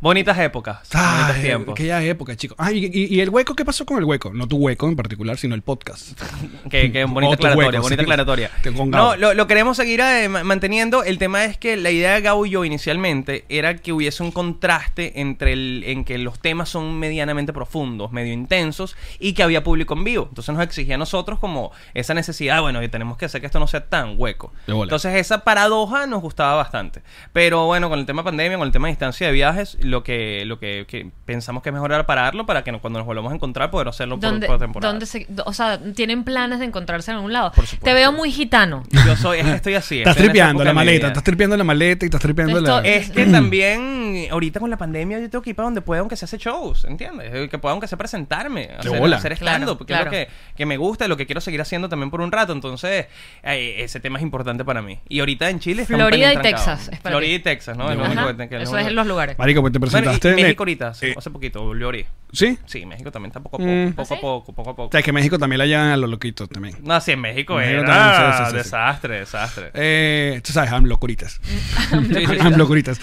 S4: Bonitas épocas.
S3: ah,
S4: bonitos tiempos.
S3: aquella época, chicos. Ah, y, y- y el hueco? ¿Qué pasó con el hueco? No tu hueco en particular, sino el podcast.
S4: Que, que bonita
S3: Otro
S4: aclaratoria,
S3: hueco,
S4: bonita
S3: sí.
S4: aclaratoria.
S3: Te con Gabo.
S4: No, lo, lo queremos seguir eh, ma- manteniendo. El tema es que la idea de Gabo y yo inicialmente era que hubiese un contraste entre el, en que los temas son medianamente profundos, medio intensos, y que había público en vivo. Entonces nos exigía a nosotros como esa necesidad, "Ah, bueno, que tenemos que hacer que esto no sea tan hueco.
S3: De bola.
S4: Entonces esa paradoja nos gustaba bastante. Pero bueno, con el tema pandemia, con el tema de distancia de viajes, lo que, lo que, que pensamos que es mejor era pararlo para que no- cuando nos volvamos a encontrar poder hacerlo por,
S2: ¿Dónde,
S4: por temporada.
S2: dónde se- o sea, tienen planes de encontrarse en algún lado.
S4: Por supuesto.
S2: Te veo muy gitano.
S4: Yo soy, es que estoy así.
S3: Estás
S4: estoy en esa
S3: tripeando
S4: época
S3: la
S4: de mi
S3: maleta,
S4: vida.
S3: estás tripeando la maleta y estás tripeando la...
S2: Esto-
S4: Es que también, ahorita con la pandemia, yo tengo que ir para donde pueda, aunque se hace shows, ¿entiendes? Eh, Que pueda, aunque sea presentarme, hacer,
S3: bola.
S4: hacer
S2: Claro,
S4: stand-up, porque
S2: claro.
S4: es lo que, que me gusta, lo que quiero seguir haciendo también por un rato. Entonces, eh, ese tema es importante para mí. Y ahorita en Chile está un
S2: Florida
S4: pelín
S2: y
S4: trancado.
S2: Texas, es para
S4: Florida
S2: ti.
S4: y Texas, ¿no? Es lo
S2: Ajá,
S4: único que- que es lo
S2: Eso es
S4: único.
S2: en los lugares.
S3: Marico, pues te
S4: Bueno, y
S3: presentaste... en el-
S4: México ahorita, hace,
S3: Eh,
S4: hace poquito, volvió a abrir.
S3: ¿Sí?
S4: Sí, México también está poco a poco,
S3: Mm.
S4: poco, a
S2: ¿Ah, sí?
S4: poco, poco a
S3: O
S4: poco.
S3: sea, es que México también la llevan a lo loquito también.
S4: No, sí, en México
S3: México
S4: era
S3: también, sí, sí, sí, sí.
S4: desastre, desastre.
S3: Eh, tú sabes, I'm locuritas.
S4: Sí, sí, sí.
S3: I'm locuritas.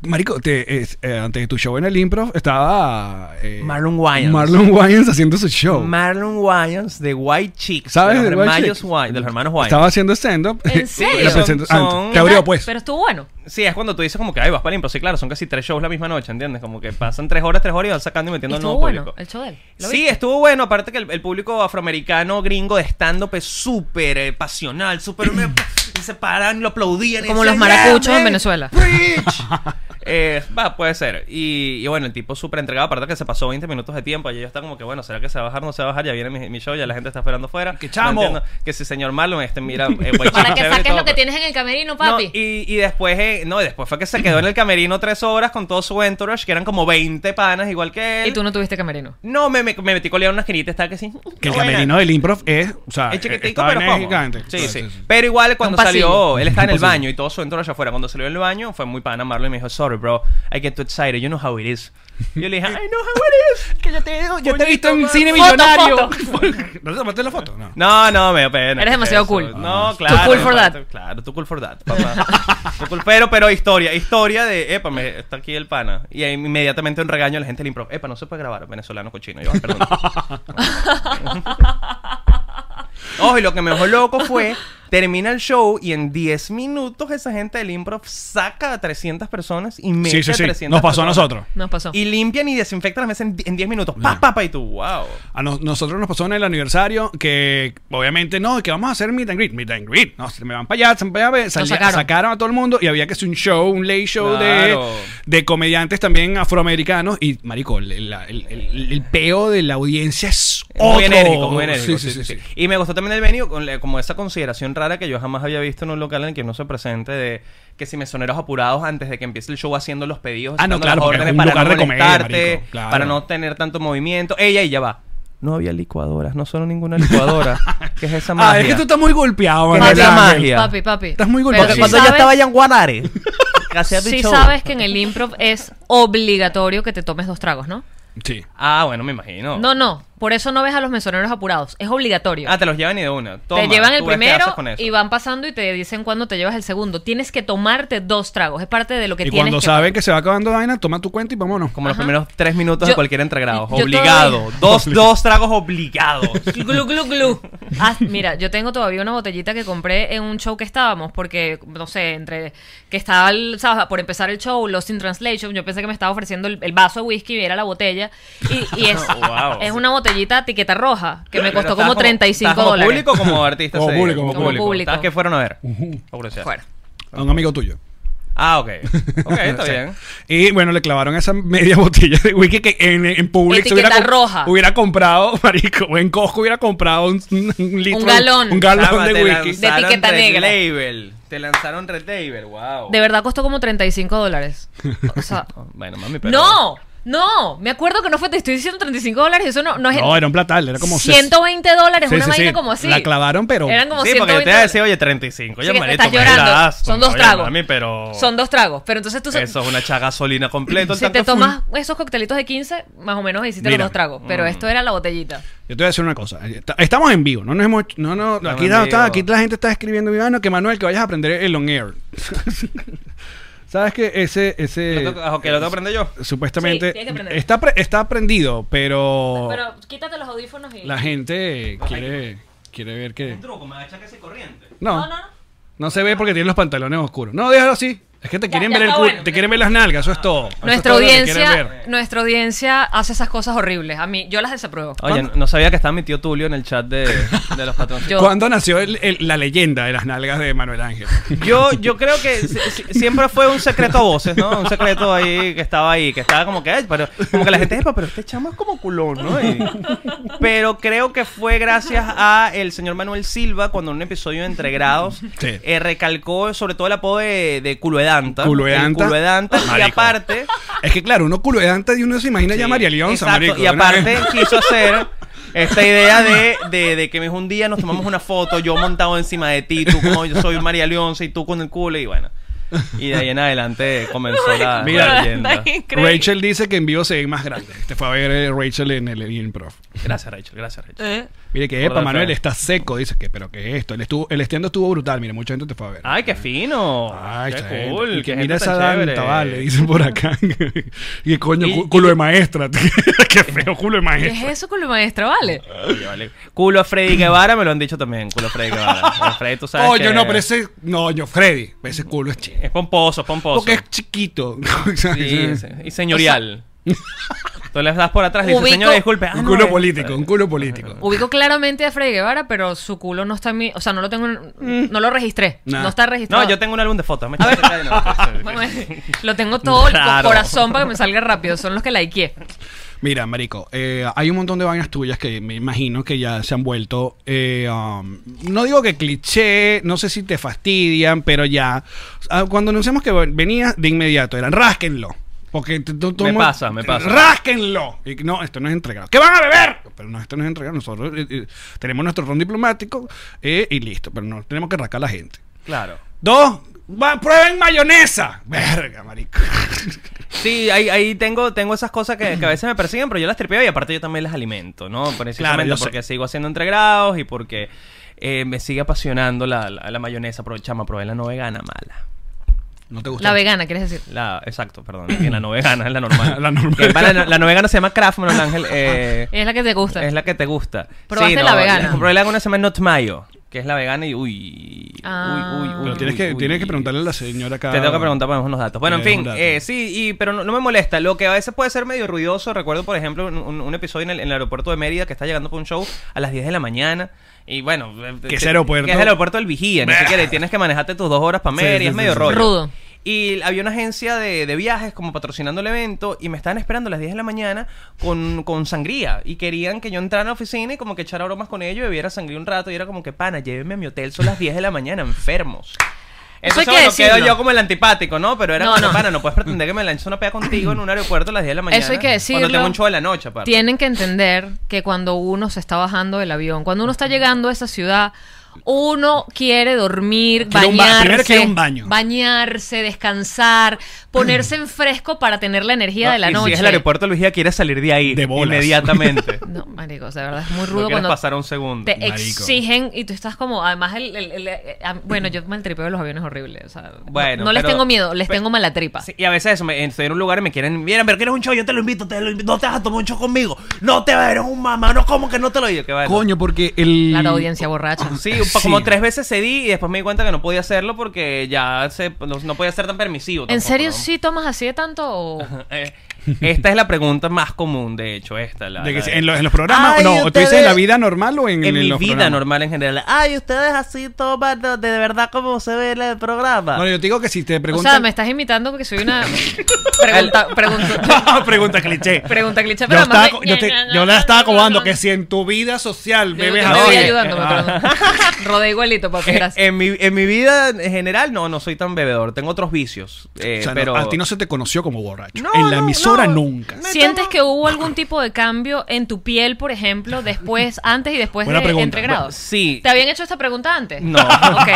S3: Marico, te, es- eh, antes de tu show en el improv estaba... eh,
S4: Marlon Wayans.
S3: Marlon Wayans haciendo su show.
S4: Marlon Wayans de White Chicks.
S3: Oh. ¿Sabes? de
S4: De los,
S3: White
S4: hermanos
S3: Chicks?
S4: Wayans, de los hermanos Wayans.
S3: Estaba haciendo stand-up. eh,
S2: ¿En serio?
S3: La presenta-
S4: Son-
S3: antes.
S4: son-
S3: Te abrió, pues.
S2: Pero estuvo bueno.
S4: Sí, es cuando tú dices como que, ay, vas para el impro. Sí, claro, son casi tres shows la misma noche, ¿entiendes? Como que pasan tres horas, tres horas y van sacando y metiendo al
S2: estuvo
S4: nuevo
S2: bueno
S4: público.
S2: el show de él. ¿Lo
S4: Sí,
S2: viste?
S4: estuvo bueno. Aparte que el, el público afroamericano, gringo de stand-up es súper eh, pasional, súper... me- y se paran, lo aplaudían. y
S2: Como
S4: decían,
S2: los maracuchos
S4: "Yeah, man,
S2: en Venezuela".
S4: preach". Eh, va, puede ser. Y, y bueno, el tipo súper entregado. Aparte que se pasó 20 minutos de tiempo. Y yo estaba como que, bueno, ¿será que se va a bajar? No se va a bajar. Ya viene mi, mi show, ya la gente está esperando afuera.
S3: ¡Qué
S4: No
S3: chamo!
S4: entiendo. que si señor Marlon, este, mira... eh, buen
S2: Para que
S4: chico, chévere y
S2: saques
S4: todo,
S2: lo que
S4: pero-
S2: tienes en el camerino, papi.
S4: no, y, y después, eh, no, y después fue que se quedó en el camerino tres horas con todo su entourage, que eran como 20 panas, igual que él.
S2: Y tú no tuviste camerino.
S4: No, me, me, me metí coleado en una esquinita, estaba que sí.
S3: Que el
S4: buena.
S3: camerino del improv es... O sea,
S4: Es chiquitico,
S3: esta
S4: pero
S3: vaina es
S4: cómodo.
S3: gigante.
S4: Sí,
S3: Claro,
S4: sí. Pero igual cuando
S2: Un pasillo.
S4: salió, él estaba en el
S3: pasillo.
S4: baño y todo su entorno allá afuera. Cuando salió del baño, fue muy pana Marlon y me dijo, sorry, bro. I get too excited. You know how it is. Yo le dije, I know how it is. Que yo te digo, yo
S3: Coño,
S4: te he visto
S3: en
S4: más.
S3: cine
S2: Foto,
S3: millonario. ¿No te tomaste la foto? No.
S4: No, no, me da pena.
S2: Eres demasiado
S4: Eso.
S2: cool.
S4: No,
S2: Too
S4: claro.
S2: cool for
S4: papá,
S2: that.
S4: Claro, tú cool for that, papá. Too cool, pero, pero historia, historia de, epa, me, está aquí el pana. Y ahí inmediatamente un regaño a la gente del improv. Epa, no se puede grabar, venezolano cochino. Yo, ah, perdón. Ojo, y lo que me dejó loco fue, termina el show y en 10 minutos esa gente del improv saca a 300 personas y mete
S3: Sí, sí,
S4: a
S3: sí.
S4: 300
S3: Nos pasó a
S4: personas.
S3: nosotros.
S2: Nos pasó.
S4: Y limpian y desinfectan las mesas en di- en 10 minutos. Pa, pa, pa, y tú, wow.
S3: A nos- nosotros nos pasó en el aniversario que obviamente no, que vamos a hacer meet and greet, meet and greet. No, se me van para allá, se me van para allá. Salía-
S2: sacaron.
S3: sacaron. a todo el mundo y había que hacer un show, un late show
S4: Claro.
S3: de, de comediantes también afroamericanos. Y marico, el, la- el- el- el peo de la audiencia es otro.
S4: Muy enérgico, muy enérgico.
S3: Sí, sí, sí. sí.
S4: Y me gustó también el venue, con la- como esa consideración rara que yo jamás había visto en un local en el que uno se presente de que si mesoneros apurados antes de que empiece el show haciendo los pedidos,
S3: Ah, no,
S4: haciendo
S3: claro,
S4: las
S3: porque es
S4: órdenes
S3: un
S4: para
S3: lugar
S4: no
S3: de comer,
S4: molestarte,
S3: marico, claro.
S4: para no tener tanto movimiento. Ella y ya va. No había licuadoras, no solo ninguna licuadora. ¿Qué es esa magia?
S3: Ah, es que tú estás muy golpeado,
S4: Que
S3: Manuel
S4: es la
S3: Ángel.
S4: magia.
S2: Papi, papi.
S3: Estás muy
S2: Pero
S3: golpeado.
S2: sí
S3: Cuando
S2: sabes-
S4: ya en Guanare. casi había
S2: Sí
S4: show.
S2: sabes que en el improv es obligatorio que te tomes dos tragos, ¿no?
S3: Sí.
S4: Ah, bueno, me imagino.
S2: No, no. Por eso no ves a los mesoneros apurados. Es obligatorio.
S4: Ah, te los llevan y de una. Toma,
S2: te llevan el
S4: tú ves qué haces
S2: primero
S4: con eso.
S2: y van pasando y te dicen cuándo te llevas el segundo. Tienes que tomarte dos tragos. Es parte de lo que
S3: Y
S2: tienes
S3: cuando
S2: que
S3: sabes que se va acabando la vaina, toma tu cuenta y vámonos.
S4: Como los primeros tres minutos de
S2: Yo-
S4: cualquier entregrado.
S2: yo
S4: Obligado.
S2: todavía-
S4: Dos, dos tragos obligados.
S2: Glu, glu, glu. Ah, mira, yo tengo todavía una botellita que compré en un show que estábamos, porque, no sé, entre que estaba, el- ¿sabes? por empezar el show, Lost in Translation, yo pensé que me estaba ofreciendo el, el vaso de whisky y era la botella. Y, y es,
S4: Wow.
S2: es una botellita etiqueta roja, que me
S4: Pero
S2: costó
S4: estás
S2: como 35
S4: estás como
S2: dólares.
S4: público o como artista?
S3: Como
S4: Sí,
S3: público, como
S2: público.
S4: ¿Estás que fueron a ver? Por curiosidad.
S2: Fuera.
S3: A un amigo tuyo.
S4: Ah, ok. Ok, está
S3: Sí.
S4: bien.
S3: Y bueno, le clavaron esa media botella de whisky que en, en Publix
S2: Etiqueta
S3: hubiera, com-
S2: roja.
S3: hubiera comprado, marico, o en Costco hubiera comprado un, un litro.
S2: galón.
S3: Un galón
S4: Chama,
S3: de
S4: te
S3: whisky.
S2: lanzas.
S4: lanzaron
S2: De etiqueta
S4: Red
S2: negra.
S4: Label. Te lanzaron Red Label, wow. Oh,
S2: De verdad costó como 35 dólares. O sea,
S4: Bueno, mami, pero...
S2: no, no, me acuerdo que no fue, te estoy diciendo 35 dólares, eso no, no es...
S3: No, era un platal, era como... ses-
S2: 120 dólares,
S3: Sí,
S2: una
S3: sí, sí.
S2: vaina como así.
S3: La clavaron, pero...
S2: Eran como
S4: Sí, porque yo
S2: 120
S4: te iba a decir,
S2: dólares.
S4: oye, 35.
S2: Sí,
S4: Oye, manito,
S2: estás
S4: me
S2: llorando.
S4: das,
S2: Son dos
S4: oye,
S2: tragos.
S4: Mami, pero...
S2: Son dos tragos. Pero entonces tú
S4: Eso es una chagasolina completa. el
S2: si te
S4: tanto full.
S2: tomas esos coctelitos de 15, más o menos hiciste
S3: Mira.
S2: los dos tragos. Pero esto era la botellita.
S3: Yo te voy a decir una cosa. Est- Estamos en vivo. No nos hemos... No, no, aquí,
S4: en
S3: está-
S4: vivo.
S3: aquí la gente está escribiendo, Ivano, que Manuel, que vayas a aprender el on-air. ¿Sabes que Ese... ese
S4: Lo tengo- ok, lo tengo que aprender yo.
S3: Supuestamente...
S2: Sí, tienes que aprender.
S3: está, pre- está aprendido, pero...
S2: Pero quítate los audífonos y.
S3: La gente quiere... Quiere ver que...
S4: truco, me va a echar que se corriente.
S2: No, no, no.
S3: No se ve porque tiene los pantalones oscuros. No, déjalo así. Es que te
S2: Ya,
S3: quieren
S2: ya
S3: ver el
S2: está
S3: cu-
S2: bueno.
S3: te quieren ver las nalgas, eso es todo. Eso es
S2: Nuestra
S3: todo lo que quieren
S2: audiencia,
S3: ver.
S2: nuestra audiencia hace esas cosas horribles. A mí, yo las desapruebo.
S4: Oye, no sabía que estaba mi tío Tulio en el chat de, de los patrones.
S2: Yo-
S3: ¿Cuándo nació el- el- la leyenda de las nalgas de Manuel Ángel?
S4: Yo, yo creo que si- si- siempre fue un secreto a voces, ¿no? Un secreto ahí que estaba ahí, que estaba como que, "Ay, pero, como que la gente "Epa, pero este chamo es como culón, ¿no? Y- pero creo que fue gracias a el señor Manuel Silva cuando en un episodio de Entre Grados
S3: Sí.
S4: eh, recalcó sobre todo el apodo de, de culoedanta.
S3: Culoedanta.
S4: El culoedanta. Y
S3: Marico.
S4: aparte...
S3: es que claro, uno culo de antes y uno se imagina ya
S4: Sí,
S3: a María Leonza,
S4: exacto,
S3: marico.
S4: Y
S3: de una
S4: aparte
S3: vez.
S4: quiso hacer esta idea de, de, de que me dijo, un día nos tomamos una foto, yo montado encima de ti, tú como yo soy María Leonza y tú con el culo y bueno. Y de ahí en adelante comenzó la,
S3: Mira,
S4: la
S2: Pero
S4: leyenda.
S2: anda increíble.
S3: Rachel dice que en vivo se ve más grande. Te fue a ver eh, Rachel en el improv.
S4: Gracias, Rachel, gracias, Rachel.
S2: Eh,
S3: Mire que,
S4: Por
S3: epa,
S4: la
S3: Manuel
S4: fe.
S3: está seco. Dice que, pero que esto. El, estuvo, el estendo estuvo brutal. Mire, mucha gente te fue a ver.
S4: Ay, qué fino.
S3: Ay, esta
S4: qué
S3: gente.
S4: cool.
S3: Y que
S4: qué
S3: mira
S4: gente
S3: esa
S4: tan
S3: danta,
S4: chévere.
S3: vale, dicen por acá. y coño,
S4: Y-
S3: cu- culo de maestra. Qué feo culo de
S2: ¿Qué
S3: maestra.
S2: es eso con la maestra, vale?
S4: Oye, vale. Culo a Freddy Guevara me lo han dicho también. Culo a Freddy Guevara. Bueno, Freddy, tú sabes.
S3: Coño,
S4: que
S3: no, pero ese. No, yo, Freddy. Ese culo es chido.
S4: Es pomposo, pomposo.
S3: Porque es chiquito.
S4: Sí, sí, y señorial. Tú le das por atrás y dices,
S2: Ubico-
S4: señor, disculpe. Ah,
S3: un
S4: no,
S3: culo
S4: es-
S3: político, un culo político.
S2: Ubico claramente a Freddy Guevara, pero su culo no está en mi. O sea, no lo tengo. en- No lo registré.
S3: Nah.
S2: No está registrado.
S4: No, yo tengo un álbum de fotos. Me echaste la de-
S2: Bueno, eh, lo tengo todo el co-
S4: Este, Raro.
S2: corazón para que me salga rápido. Son los que likeé.
S3: Mira, Marico, eh, hay un montón de vainas tuyas que me imagino que ya se han vuelto. eh, um, no digo que cliché, no sé si te fastidian, pero ya. ah, Cuando anunciamos que venía, de inmediato eran rásquenlo. Porque t- t- todo
S4: Me
S3: el mundo-
S4: pasa, me pasa.
S3: ¡Rásquenlo! Y no, esto no es entregado. ¿Qué van a beber? Pero no, esto no es entregado. Nosotros eh, eh, tenemos nuestro ron diplomático eh, y listo. Pero no tenemos que rascar a la gente.
S4: Claro.
S3: Dos, va, prueben mayonesa. Verga, marico.
S4: Sí, ahí, ahí tengo, tengo esas cosas que, que a veces me persiguen, pero yo las tripeo y aparte yo también las alimento, ¿no? Precisamente
S3: Claro, yo sé.
S4: porque sigo haciendo entregrados y porque eh, me sigue apasionando la, la, la mayonesa. Pero chama, probé la no vegana mala.
S3: No te gusta.
S2: La vegana, quieres decir.
S4: La, exacto, perdón. que la no vegana es la normal.
S3: La normal.
S4: Que para la, la no vegana se llama Kraft, Manuel Ángel. eh,
S2: Es la que te gusta.
S4: es la que te gusta.
S2: Probaste la vegana.
S4: Probé la que se llama Not Mayo, que es la vegana y uy.
S2: Ah.
S4: uy, uy, uy,
S3: Pero tienes
S4: uy,
S3: que,
S4: uy.
S3: tienes que preguntarle a la señora acá.
S4: Te tengo que preguntar para unos datos. Bueno, en
S3: Tienes
S4: fin,
S3: un dato.
S4: eh, sí, y, pero no, no me molesta. Lo que a veces puede ser medio ruidoso, recuerdo, por ejemplo, un, un- un episodio en el, en el aeropuerto de Mérida que está llegando para un show a las 10 de la mañana. Y bueno, eh,
S3: Que ese
S4: te-
S3: aeropuerto-
S4: Que es el aeropuerto del Vigía, ni
S3: Bah.
S4: siquiera. y Tienes que manejarte tus dos horas para Mérida,
S3: Sí, sí,
S4: es medio
S3: sí, sí.
S4: rollo.
S2: Rudo.
S4: Y había una agencia de, de viajes como patrocinando el evento y me estaban esperando a las 10 de la mañana con, con sangría y querían que yo entrara a la oficina y como que echara bromas con ellos y bebiera sangría un rato y era como que, pana, llévenme a mi hotel, son las 10 de la mañana, enfermos.
S2: Eso hay
S4: Entonces,
S2: que
S4: bueno, quedo
S2: decirlo.
S4: yo como el antipático, ¿no? Pero era
S2: No,
S4: como,
S2: no.
S4: pana, no puedes pretender que me lances una pea contigo en un aeropuerto a las 10 de la mañana.
S2: Eso hay que decirlo.
S4: Cuando tengo un show de la noche, aparte.
S2: Tienen que entender que cuando uno se está bajando del avión, cuando uno está llegando a esa ciudad, uno quiere dormir,
S3: Quiere un ba-
S2: bañarse,
S3: primero quiere un baño.
S2: bañarse, descansar, ponerse en fresco para tener la energía
S4: No,
S2: de la
S4: Ah, y
S2: noche.
S4: Si es el aeropuerto de Luis quiere salir de ahí
S3: De bolas.
S4: inmediatamente.
S2: No, maricos, de verdad es muy
S4: no
S2: rudo
S4: quieres
S2: cuando
S4: pasar a un segundo.
S2: te
S3: Marico.
S2: exigen y tú estás como, además, el, el- el- eh, a- bueno, yo maltripeo de los aviones horrible. o sea, no,
S4: Bueno,
S2: no les
S4: pero-
S2: tengo miedo, les
S4: pe-
S2: tengo mala tripa.
S4: Sí, y a veces eso, me- estoy en un lugar y me quieren, miren, pero quieres un show, yo te lo invito, te lo invito, no te vas a tomar un show conmigo, no te vas a ver un mamá, no, como que no te lo digo? Que bueno.
S3: Coño, porque el.
S2: Claro, audiencia borracha.
S4: Sí, un pa-
S3: Ah, Sí.
S4: como tres veces cedí y después me di cuenta que no podía hacerlo porque ya se, no, no podía ser tan permisivo.
S2: ¿En
S4: tampoco,
S2: serio
S4: ¿no?
S2: sí tomas así de tanto o...?
S4: Eh, Esta es la pregunta más común, de hecho, esta. La,
S3: de que
S4: la-
S3: si- en, los- en los programas.
S4: Ay,
S3: no, ¿tú dices
S4: ustedes-
S3: en la vida normal o en,
S4: en,
S3: en
S4: mi
S3: los
S4: vida
S3: programas?
S4: normal en general. Ay, ustedes así toman de, de verdad como se ve en el programa.
S3: No, yo te digo que si te
S2: O
S3: preguntan.
S2: sea, me estás imitando porque soy una... Pregunta, pregunta,
S3: Ah, pregunta cliché.
S2: pregunta cliché,
S3: Yo,
S2: pero
S3: estaba
S2: además
S3: co-
S2: me-
S3: yo te- yo la estaba acomodando que si en tu vida social
S2: Yo- yo
S3: bebes Ah,
S2: te
S3: así. eh,
S2: estoy
S4: Oye.
S2: ayudándome, perdón. Rodé igualito, papi,
S4: Eh,
S2: gracias.
S4: en, mi, en mi vida en general, no, no soy tan bebedor. Tengo otros vicios. eh,
S3: O sea, no,
S4: pero...
S3: a ti no se te conoció como borracho.
S4: No,
S3: en la
S4: no,
S3: emisora
S4: no.
S3: nunca.
S4: me
S2: ¿Sientes
S4: tomo-
S2: que hubo algún tipo de cambio en tu piel, por ejemplo, después, antes y después
S3: Buena
S2: de
S3: pregunta.
S2: entregrados?
S4: Sí.
S2: ¿Te habían hecho esta pregunta antes?
S4: No.
S2: Ok.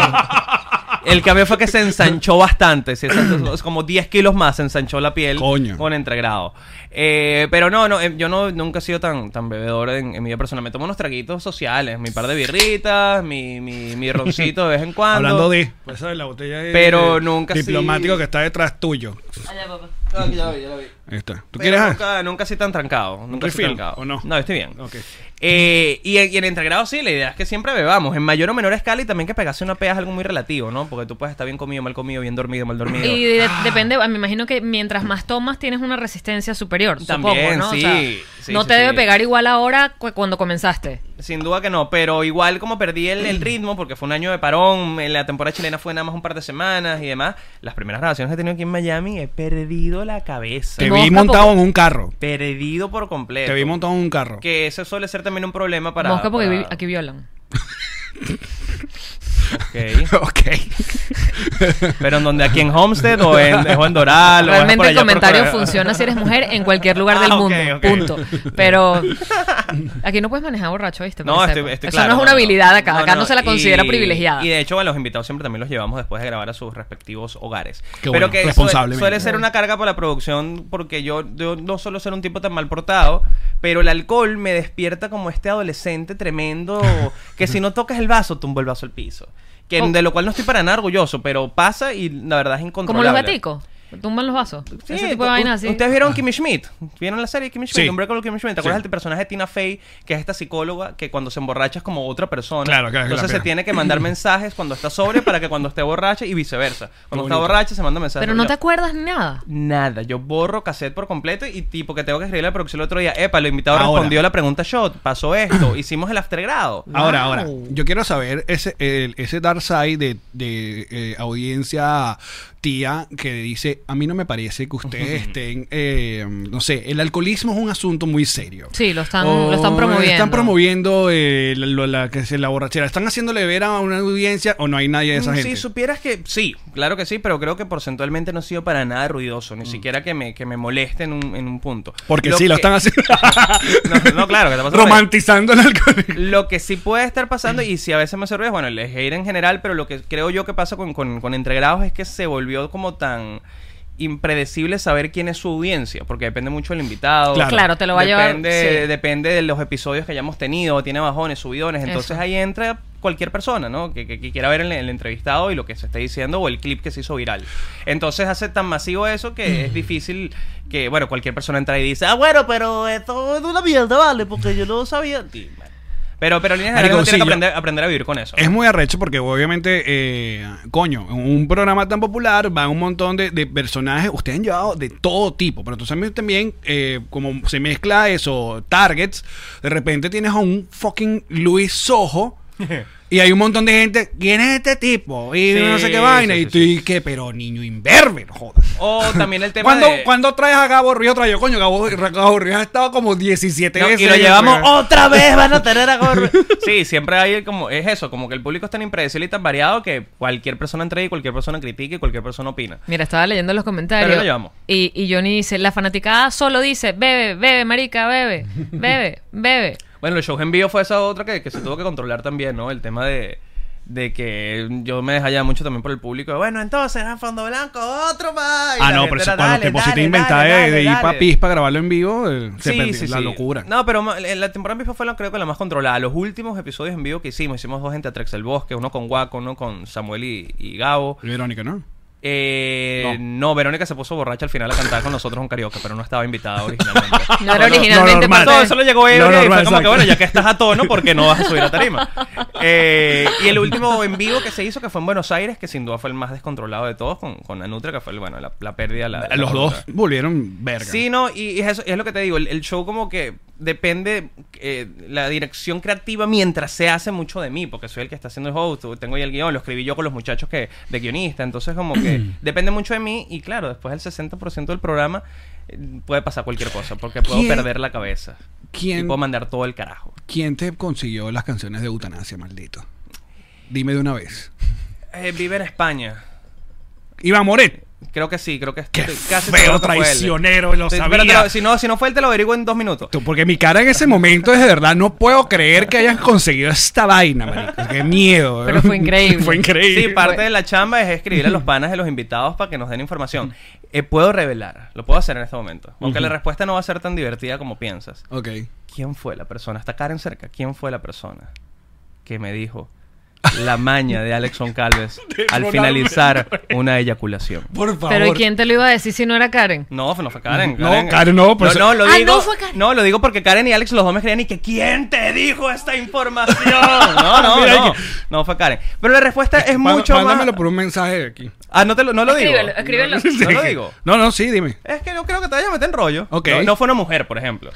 S4: El cambio fue que se ensanchó bastante, se ensanchó- es como 10 kilos más se ensanchó la piel
S3: Coño.
S4: con entregrado. Eh, pero no, no, eh, yo no, nunca he sido tan, tan bebedor en, en mi vida personal. Me tomo unos traguitos sociales, mi par de birritas, mi, mi, mi roncito de vez en cuando.
S3: Hablando de. Pues, ¿sabes? La botella de-
S4: Pero
S3: de-
S4: nunca sí.
S3: Diplomático que está detrás tuyo.
S2: Allá, papá.
S4: Ah, ya lo vi, ya lo vi.
S3: Ahí está. ¿Tú
S4: Pero
S3: quieres? ah?
S4: nunca, nunca así tan trancado. Nunca así
S3: refill,
S4: trancado.
S3: o no?
S4: No, estoy bien.
S3: Ok.
S4: Eh, y, en- y en entregrado sí, la idea es que siempre bebamos, en mayor o menor escala, y también que pegarse una pega es algo muy relativo, ¿no? Porque tú puedes estar bien comido, mal comido, bien dormido, mal dormido.
S2: Y de- depende, ah, me imagino que mientras más tomas tienes una resistencia superior, supongo,
S4: También,
S2: ¿no? O
S4: sí,
S2: sea,
S4: sí,
S2: no
S4: sí,
S2: te
S4: sí.
S2: debe pegar igual ahora cu- cuando comenzaste.
S4: Sin duda que no, pero igual como perdí el, el ritmo, porque fue un año de parón, en la temporada chilena fue nada más un par de semanas y demás, las primeras grabaciones que he tenido aquí en Miami he perdido la cabeza.
S3: Te
S2: Mosca,
S3: vi montado
S2: porque-
S3: en un carro.
S4: Perdido por completo.
S3: Te vi montado en un carro.
S4: Que eso suele ser también un problema para...
S2: Mosca porque
S4: para-
S2: vi- aquí violan.
S4: Ok.
S3: Ok.
S4: Pero en donde aquí en Homestead o en, o en Doral o es Ah, por
S2: Realmente el
S4: allá por
S2: comentario
S4: Corea.
S2: funciona si eres mujer en cualquier lugar del
S4: Ah, ok,
S2: mundo.
S4: ok.
S2: Punto. Pero aquí no puedes manejar borracho, ¿viste?
S4: No,
S2: Para que
S4: estoy,
S2: sepa.
S4: estoy
S2: Eso
S4: claro,
S2: no es una habilidad acá. acá no, se la
S4: y-
S2: considera privilegiada.
S4: Y de hecho, a los invitados siempre también los llevamos después de grabar a sus respectivos hogares.
S3: Qué bueno,
S4: Pero que suele-
S3: responsablemente.
S4: suele ser una carga para la producción porque yo, yo no suelo ser un tipo tan mal portado, pero el alcohol me despierta como este adolescente tremendo que si no tocas el vaso, tumbo el vaso al piso. Que,
S2: Oh.
S4: De lo cual no estoy para nada orgulloso, pero pasa y la verdad es
S2: Como
S4: incontrolable.
S2: los gaticos. Tumban los vasos.
S4: Sí,
S2: Ese tipo de
S4: u-
S2: vainas así.
S4: Ustedes vieron Kimmy Schmidt. ¿Vieron la serie Kimmy
S3: Ah.
S4: Schmidt?
S3: Sí.
S4: Unbreakable Kimmy Schmidt. ¿Te acuerdas
S3: Sí.
S4: del personaje de Tina Fey, que es esta psicóloga que cuando se emborracha es como otra persona?
S3: Claro, claro,
S4: Entonces
S3: claro,
S4: se
S3: claro.
S4: tiene que mandar mensajes cuando está sobria para que cuando esté borracha y viceversa. Cuando está
S3: bonito.
S4: borracha se manda mensajes.
S2: Pero no
S4: Yo-
S2: te acuerdas nada.
S4: Nada, yo borro cassette por completo y tipo que tengo que escribir la producción el otro día. Epa, el invitado
S3: Ahora.
S4: respondió la pregunta shot, pasó esto, hicimos el aftergrado.
S3: Ahora,
S2: Wow.
S3: ahora, yo quiero saber ese, el- ese dark side de, de, eh, audiencia tía que dice, a mí no me parece que ustedes estén, eh, no sé, el alcoholismo es un asunto muy serio.
S2: Sí, lo están,
S3: Oh,
S2: lo están promoviendo.
S3: Están promoviendo eh, la, lo- la, que es la borrachera. Están haciéndole ver a una audiencia o no hay nadie de esa
S4: Mm,
S3: gente.
S4: Si supieras que sí, claro que sí, pero creo que porcentualmente no ha sido para nada ruidoso, ni siquiera que me, que me moleste en un, en un punto.
S3: Mm. Porque sí, lo
S4: que-
S3: están haciendo.
S4: No, no, claro, que te pasa
S3: Romantizando el alcoholismo.
S4: Lo que sí puede estar pasando, y si a veces me hace ruido, es, bueno, el hate en general, pero lo que creo yo que pasa con, con, con entregrados es que se volvió como tan impredecible saber quién es su audiencia, porque depende mucho del invitado.
S3: Claro.
S2: Claro, te lo va a llevar,
S4: depende,
S2: sí.
S4: Depende de los episodios que hayamos tenido, tiene bajones, subidones, entonces
S2: Eso.
S4: ahí entra cualquier persona, ¿no? Que, que- que quiera ver el, el entrevistado y lo que se esté diciendo o el clip que se hizo viral. Entonces hace tan masivo eso que es difícil que, bueno, cualquier persona entra y dice, ah, bueno, pero esto es una mierda, vale, porque yo no sabía. Y, bueno. Pero, pero en líneas
S3: Marico,
S4: generales uno
S3: sí,
S4: tiene que
S3: yo-
S4: aprender, aprender a vivir con eso.
S3: Es muy arrecho porque obviamente, eh, coño, en un programa tan popular van un montón de, de personajes, ustedes han llevado de todo tipo, pero entonces a mí también, eh, como se mezcla eso, targets, de repente tienes a un fucking Luis Sojo. Y hay un montón de gente, ¿quién es este tipo? Y
S4: Sí,
S3: no sé qué vaina.
S4: sí,
S3: y
S4: sí,
S3: tú,
S4: sí.
S3: ¿y qué? Pero niño imberbe, no jodas.
S4: O también el tema
S3: ¿Cuándo,
S4: de...
S3: cuándo traes a Gabo Ríos? Trae yo, coño, Gabo, Gabo Ríos ha estado como 17
S4: No,
S3: veces.
S4: y lo llevamos
S3: weón.
S4: otra vez, van a tener a Gorbe. Sí, siempre hay como, es eso, como que el público es tan impredecible y tan variado que cualquier persona entra y cualquier persona critica y cualquier persona opina.
S2: Mira, estaba leyendo los comentarios.
S4: Pero lo llevamos.
S2: Y, y Johnny dice, la fanaticada solo dice, bebe, bebe, marica, bebe, bebe, bebe.
S4: Bueno, los shows en vivo fue esa otra que, que se tuvo que controlar también, ¿no? El tema de, de que yo me dejaba mucho también por el público. Bueno, entonces, a fondo blanco, otro más. Y
S3: Ah,
S4: la
S3: no,
S4: gente
S3: pero
S4: era,
S3: eso, cuando
S4: dale,
S3: te pusiste
S4: dale,
S3: a inventar
S4: dale,
S3: de, de
S4: dale,
S3: ir pa'
S4: dale.
S3: pis para grabarlo en vivo, eh, se perdió la locura.
S4: No, pero ma- la la temporada misma fue la, creo que la más controlada. Los últimos episodios en vivo que hicimos, hicimos dos gente a Trex el Bosque, uno con Waco, uno con Samuel y, y Gabo.
S3: Verónica, ¿no?
S4: Eh, no. Verónica se puso borracha al final a cantar con nosotros un karaoke, pero no estaba invitada originalmente.
S2: No era
S3: No, no,
S2: originalmente
S3: no,
S2: parte
S3: normal.
S4: Todo
S2: de-
S4: eso lo llegó ebria
S3: No,
S4: y fue
S3: normal,
S4: como que
S3: exacto.
S4: bueno, ya que estás a tono, porque no vas a subir a tarima. Eh, y el último en vivo que se hizo, que fue en Buenos Aires, que sin duda fue el más descontrolado de todos, con, con Anutria, que fue el, bueno, la, la pérdida. La, la
S3: Los
S4: gordura.
S3: dos volvieron verga.
S4: Sí, no, y es, eso- es lo que te digo, el, el show como que depende eh, la dirección creativa mientras se hace mucho de mí, porque soy el que está haciendo el host, tengo ahí el guión, lo escribí yo con los muchachos que de guionista, entonces como que
S3: Mm.
S4: depende mucho de mí y claro, después del 60% del programa eh, puede pasar cualquier cosa, porque puedo
S3: ¿Quién-
S4: perder la cabeza.
S3: quién-
S4: Y puedo mandar todo el carajo.
S3: ¿Quién te consiguió las canciones de eutanasia, maldito? Dime de una vez.
S4: Eh, vive en España.
S3: Iván Moret.
S4: Creo que sí, creo que
S3: Qué
S4: estoy
S3: feo
S4: seguro que fue él.
S3: traicionero, lo
S4: Estoy- pero te
S3: sabía.
S4: si, no, si no fue él, te lo averiguo en dos minutos.
S3: Tú, Porque mi cara en ese momento es de verdad, no puedo creer que hayan conseguido esta vaina, marico. Qué miedo.
S2: Pero fue increíble.
S3: fue increíble.
S4: Sí, parte
S2: Bueno.
S4: de la chamba es escribir a los panas de los invitados para que nos den información. Eh, puedo revelar, lo puedo hacer en este momento. Aunque la respuesta no va a ser tan divertida como piensas.
S3: Ok.
S4: ¿Quién fue la persona? Está Karen cerca. ¿Quién fue la persona que me dijo la maña de Alexon Calves al
S3: Ronaldo.
S4: finalizar una eyaculación?
S3: Por favor.
S2: Pero ¿y quién te lo iba a decir si no era Karen?
S4: No, no fue Karen.
S3: No, Karen no, pues pero-
S4: no, lo
S2: Ah,
S4: digo.
S2: no fue Karen.
S4: no, lo digo porque Karen y Alex los dos me creían y que ¿quién te dijo esta información? No, no,
S3: Mira,
S4: no.
S3: que-
S4: No fue Karen. Pero la respuesta es
S3: Má-
S4: mucho más.
S3: Mándamelo por un mensaje de aquí.
S4: Ah, no te lo, no lo digo.
S2: Escríbelo, escríbelo.
S4: No lo digo.
S3: No, no, sí, dime.
S4: Es que no creo que te vayas a meter en rollo.
S3: Ok. ¡Ah!
S4: No, no fue una mujer, por ejemplo.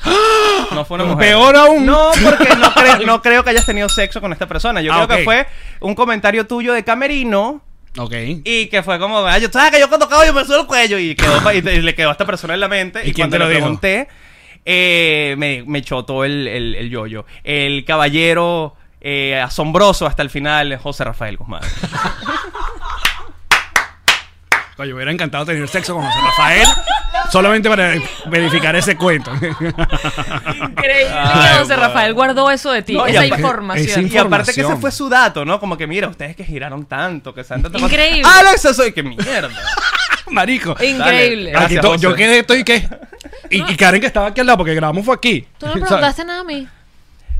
S4: No fue una mujer.
S3: Peor aún.
S4: No, porque no, cre- no creo que hayas tenido sexo con esta persona. Yo
S3: Ah,
S4: creo
S3: ok.
S4: que fue un comentario tuyo de Camerino.
S3: Ok.
S4: Y que fue como, ay, yo sabes que yo cuando acabo yo me suelo el cuello. Y, quedó pa- y te- y le quedó a esta persona en la mente.
S3: ¿Y
S4: Y,
S3: quién
S4: cuando
S3: te lo
S4: le
S3: dijo?
S4: pregunté, eh, me, me echó todo el, el, el yoyo. El caballero eh, asombroso hasta el final, José Rafael Guzmán.
S3: Coño, me hubiera encantado tener sexo con José Rafael solamente para verificar ese cuento.
S2: Increíble
S4: Ay,
S2: que José
S4: bueno.
S2: Rafael guardó eso de ti,
S4: No, y
S2: esa
S4: aparte-
S2: información.
S3: es
S4: Y aparte que ese
S3: Información.
S4: fue su dato, ¿no? Como que mira, ustedes que giraron tanto, que se han tanto.
S2: Increíble.
S4: ¡Ah, no, eso soy! ¡Qué mierda!
S3: Marico.
S2: Increíble.
S4: Dale.
S3: Aquí
S4: Gracias,
S3: to-
S4: José.
S3: yo quedé esto y qué. Y, y Karen que estaba aquí al lado porque grabamos fue aquí.
S2: Tú no me preguntaste nada a mí.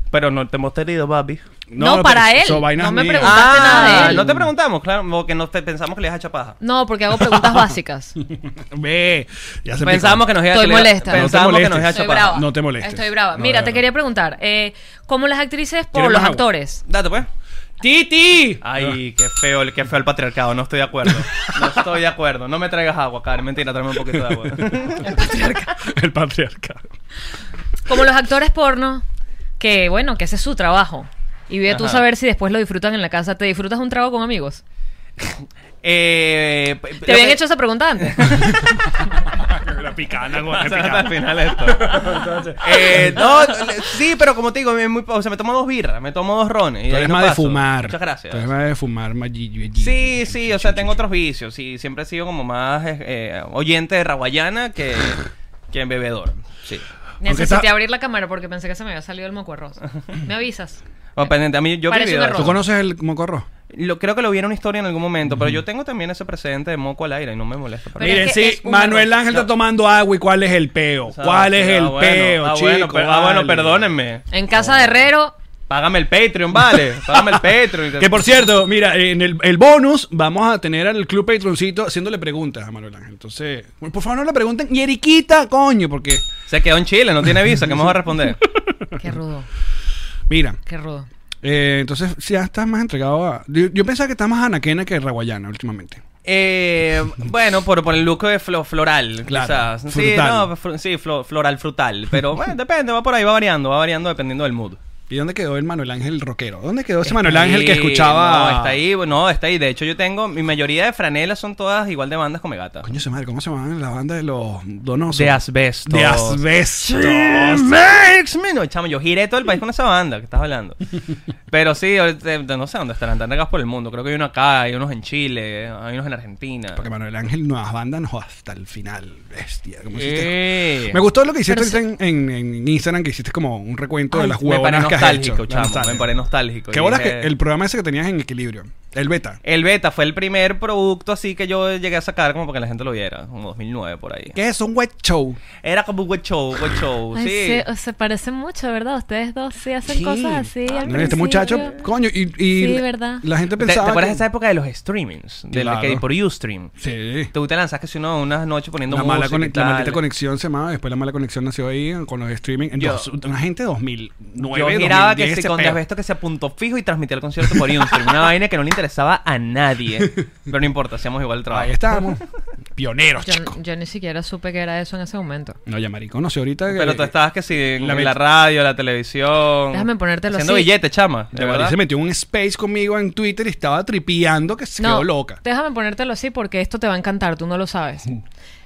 S4: Pero no te hemos tenido, papi.
S2: No, para él. No me preguntaste. Ah, nada de él.
S4: no te preguntamos, claro, porque no te- pensamos que le ibas a echar paja.
S2: No, porque hago preguntas básicas.
S3: Ah. Ve. Ya se
S4: Pensábamos
S3: picó.
S4: que nos ibas a
S2: Estoy
S4: que le-
S2: molesta. No te
S4: Pensábamos que nos
S3: molestes.
S4: ibas a
S2: Estoy
S4: echar paja.
S2: brava.
S3: No te molestes.
S2: Estoy brava.
S3: No,
S2: Mira,
S3: no,
S2: te
S3: no.
S2: quería preguntar, eh, ¿cómo las actrices por
S3: ¿Quieres
S2: los
S3: más agua?
S2: actores?
S4: Date pues.
S3: ¡Titi!
S4: Ay, qué feo, el- qué feo el patriarcado, no estoy de acuerdo. No estoy de acuerdo. No me traigas agua, Karen. Mentira, tráeme un poquito de agua.
S3: El patriarcado.
S2: Como los actores porno, que bueno, que ese es su trabajo. Y ve tú
S4: Ajá.
S2: saber si después lo disfrutan en la casa. ¿Te disfrutas un trago con amigos?
S4: eh,
S2: ¿Te habían hecho esa pregunta antes?
S3: La picana,
S4: O
S3: güey,
S4: sea,
S3: qué picana.
S4: al final esto. Eh, no, le- sí, pero como te digo, es muy, po- o sea, me tomo dos birras, me tomo dos rones. y
S3: Tú
S4: de ahí
S3: eres
S4: no
S3: más de
S4: paso.
S3: fumar.
S4: Muchas
S3: Tú eres
S4: gracias.
S3: más de fumar, Maggi.
S4: Sí, sí, o sea, tengo otros vicios y siempre he sido como más eh, eh, oyente de raguayana que, que bebedor. Sí.
S2: Necesité
S3: está-
S2: abrir la cámara porque pensé que se me había salido el moco arroz. ¿Me avisas?
S3: Eh,
S4: Bueno, pendiente, a mí yo que
S2: Parece
S4: bebedor.
S2: una
S3: ¿Tú conoces el mocorro?
S4: Lo, creo que lo vi en una historia en algún momento, pero yo tengo también ese precedente de moco al aire y no me molesta. para
S2: Pero
S4: nada.
S3: Miren,
S2: es que
S3: sí,
S2: es un
S3: Manuel
S2: error.
S3: Ángel está tomando agua y cuál es el peo. ¿Cuál es el
S4: Ah, bueno,
S3: peo,
S4: ah,
S3: chico?
S4: Bueno, pero- ah, bueno,
S3: Vale.
S4: perdónenme.
S2: En casa
S3: Oh.
S2: de Herrero,
S4: Págame el Patreon, vale. Págame el Patreon.
S3: Que por cierto, mira, en el, el bonus vamos a tener al club Patroncito haciéndole preguntas a Manuel Ángel. Entonces, bueno, por favor no le pregunten, y Eriquita, coño, porque,
S4: Se quedó en Chile, no tiene visa, ¿qué me va a responder?
S2: qué rudo,
S3: mira,
S2: qué rudo.
S3: eh, entonces ya estás más entregado a... Yo, yo pensaba que estás más anaquena que raguayana últimamente.
S4: Eh, bueno, por, por el look de flo- floral,
S3: Claro,
S4: quizás. Sí,
S3: frutal.
S4: no, fru- sí flo- floral, frutal. Pero bueno, depende, va por ahí, va variando, va variando dependiendo del mood.
S3: ¿Y dónde quedó el Manuel Ángel rockero? ¿Dónde quedó ese Manuel Ángel que escuchaba...
S4: No, está ahí, no, está ahí. De hecho, yo tengo, mi mayoría de franelas son todas igual de bandas como mi gata.
S3: Coño, su madre, ¿cómo se llama la banda de los donosos?
S4: De asbesto.
S3: De asbestos.
S4: No, chamo, yo giré todo el país con esa banda que estás hablando. Pero sí, ahorita, no sé dónde estarán, están regados por el mundo. Creo que hay uno acá, hay unos en Chile, hay unos en Argentina.
S3: Porque Manuel Ángel, nuevas bandas, no hasta el final. Bestia. ¿cómo hiciste?
S4: Eh.
S3: Me gustó lo que hiciste ahorita en, en- en Instagram, que hiciste como un recuento de
S4: Ay,
S3: las
S4: me paré
S3: huevonas que has hecho.
S4: nostálgico,
S3: La
S4: chamo.
S3: nostalgia.
S4: Me paré nostálgico.
S3: Qué
S4: Y
S3: bolas
S4: dije,
S3: que el programa ese que tenías en equilibrio. El beta.
S4: el beta fue el primer producto así que yo llegué a sacar como para que la gente lo viera, como 2009 por ahí.
S3: Que es un web show.
S4: Era como un web show, web show,
S5: Ay,
S4: sí.
S5: se, se parecen mucho, ¿verdad? Ustedes dos sí hacen
S3: Pues Sí.
S5: cosas así. al
S3: No, Este
S5: principio.
S3: muchacho, coño, y, y
S5: Sí,
S3: la-
S5: verdad.
S3: la gente
S4: ¿Te, te
S3: pensaba.
S4: acuerdas de
S3: que-
S4: esa época de los streamings? De la que
S3: Claro.
S4: por Ustream.
S3: Sí.
S4: Tú te lanzas que si uno unas noches poniendo
S3: La, mala
S4: música y
S3: conex- la
S4: tal.
S3: maldita conexión se llamaba. Después la mala conexión nació ahí con los streaming. En
S4: Yo-
S3: dos- una gente 2009.
S4: Yo miraba que
S3: 2010,
S4: si
S3: ese
S4: con
S3: peo.
S4: esto que se apuntó fijo y transmitía el concierto por Ustream. una vaina que no le interesaba a nadie. Pero no importa, hacíamos igual el trabajo.
S3: Ahí estábamos. Pioneros,
S2: Yo,
S3: chicos.
S2: yo ni siquiera supe que era eso en ese momento.
S3: No, ya marico, no sé ahorita que.
S4: Pero tú estabas que si en
S3: La
S4: la,
S3: met-
S4: radio, la televisión.
S2: Déjame ponértelo
S4: Haciendo
S2: así.
S4: billetes, chama.
S3: La
S4: De
S3: Marí
S4: verdad.
S3: se eh, metió un space conmigo en Twitter y estaba tripiando que se quedó loca.
S2: Déjame ponértelo así porque esto te va a encantar, tú no lo sabes.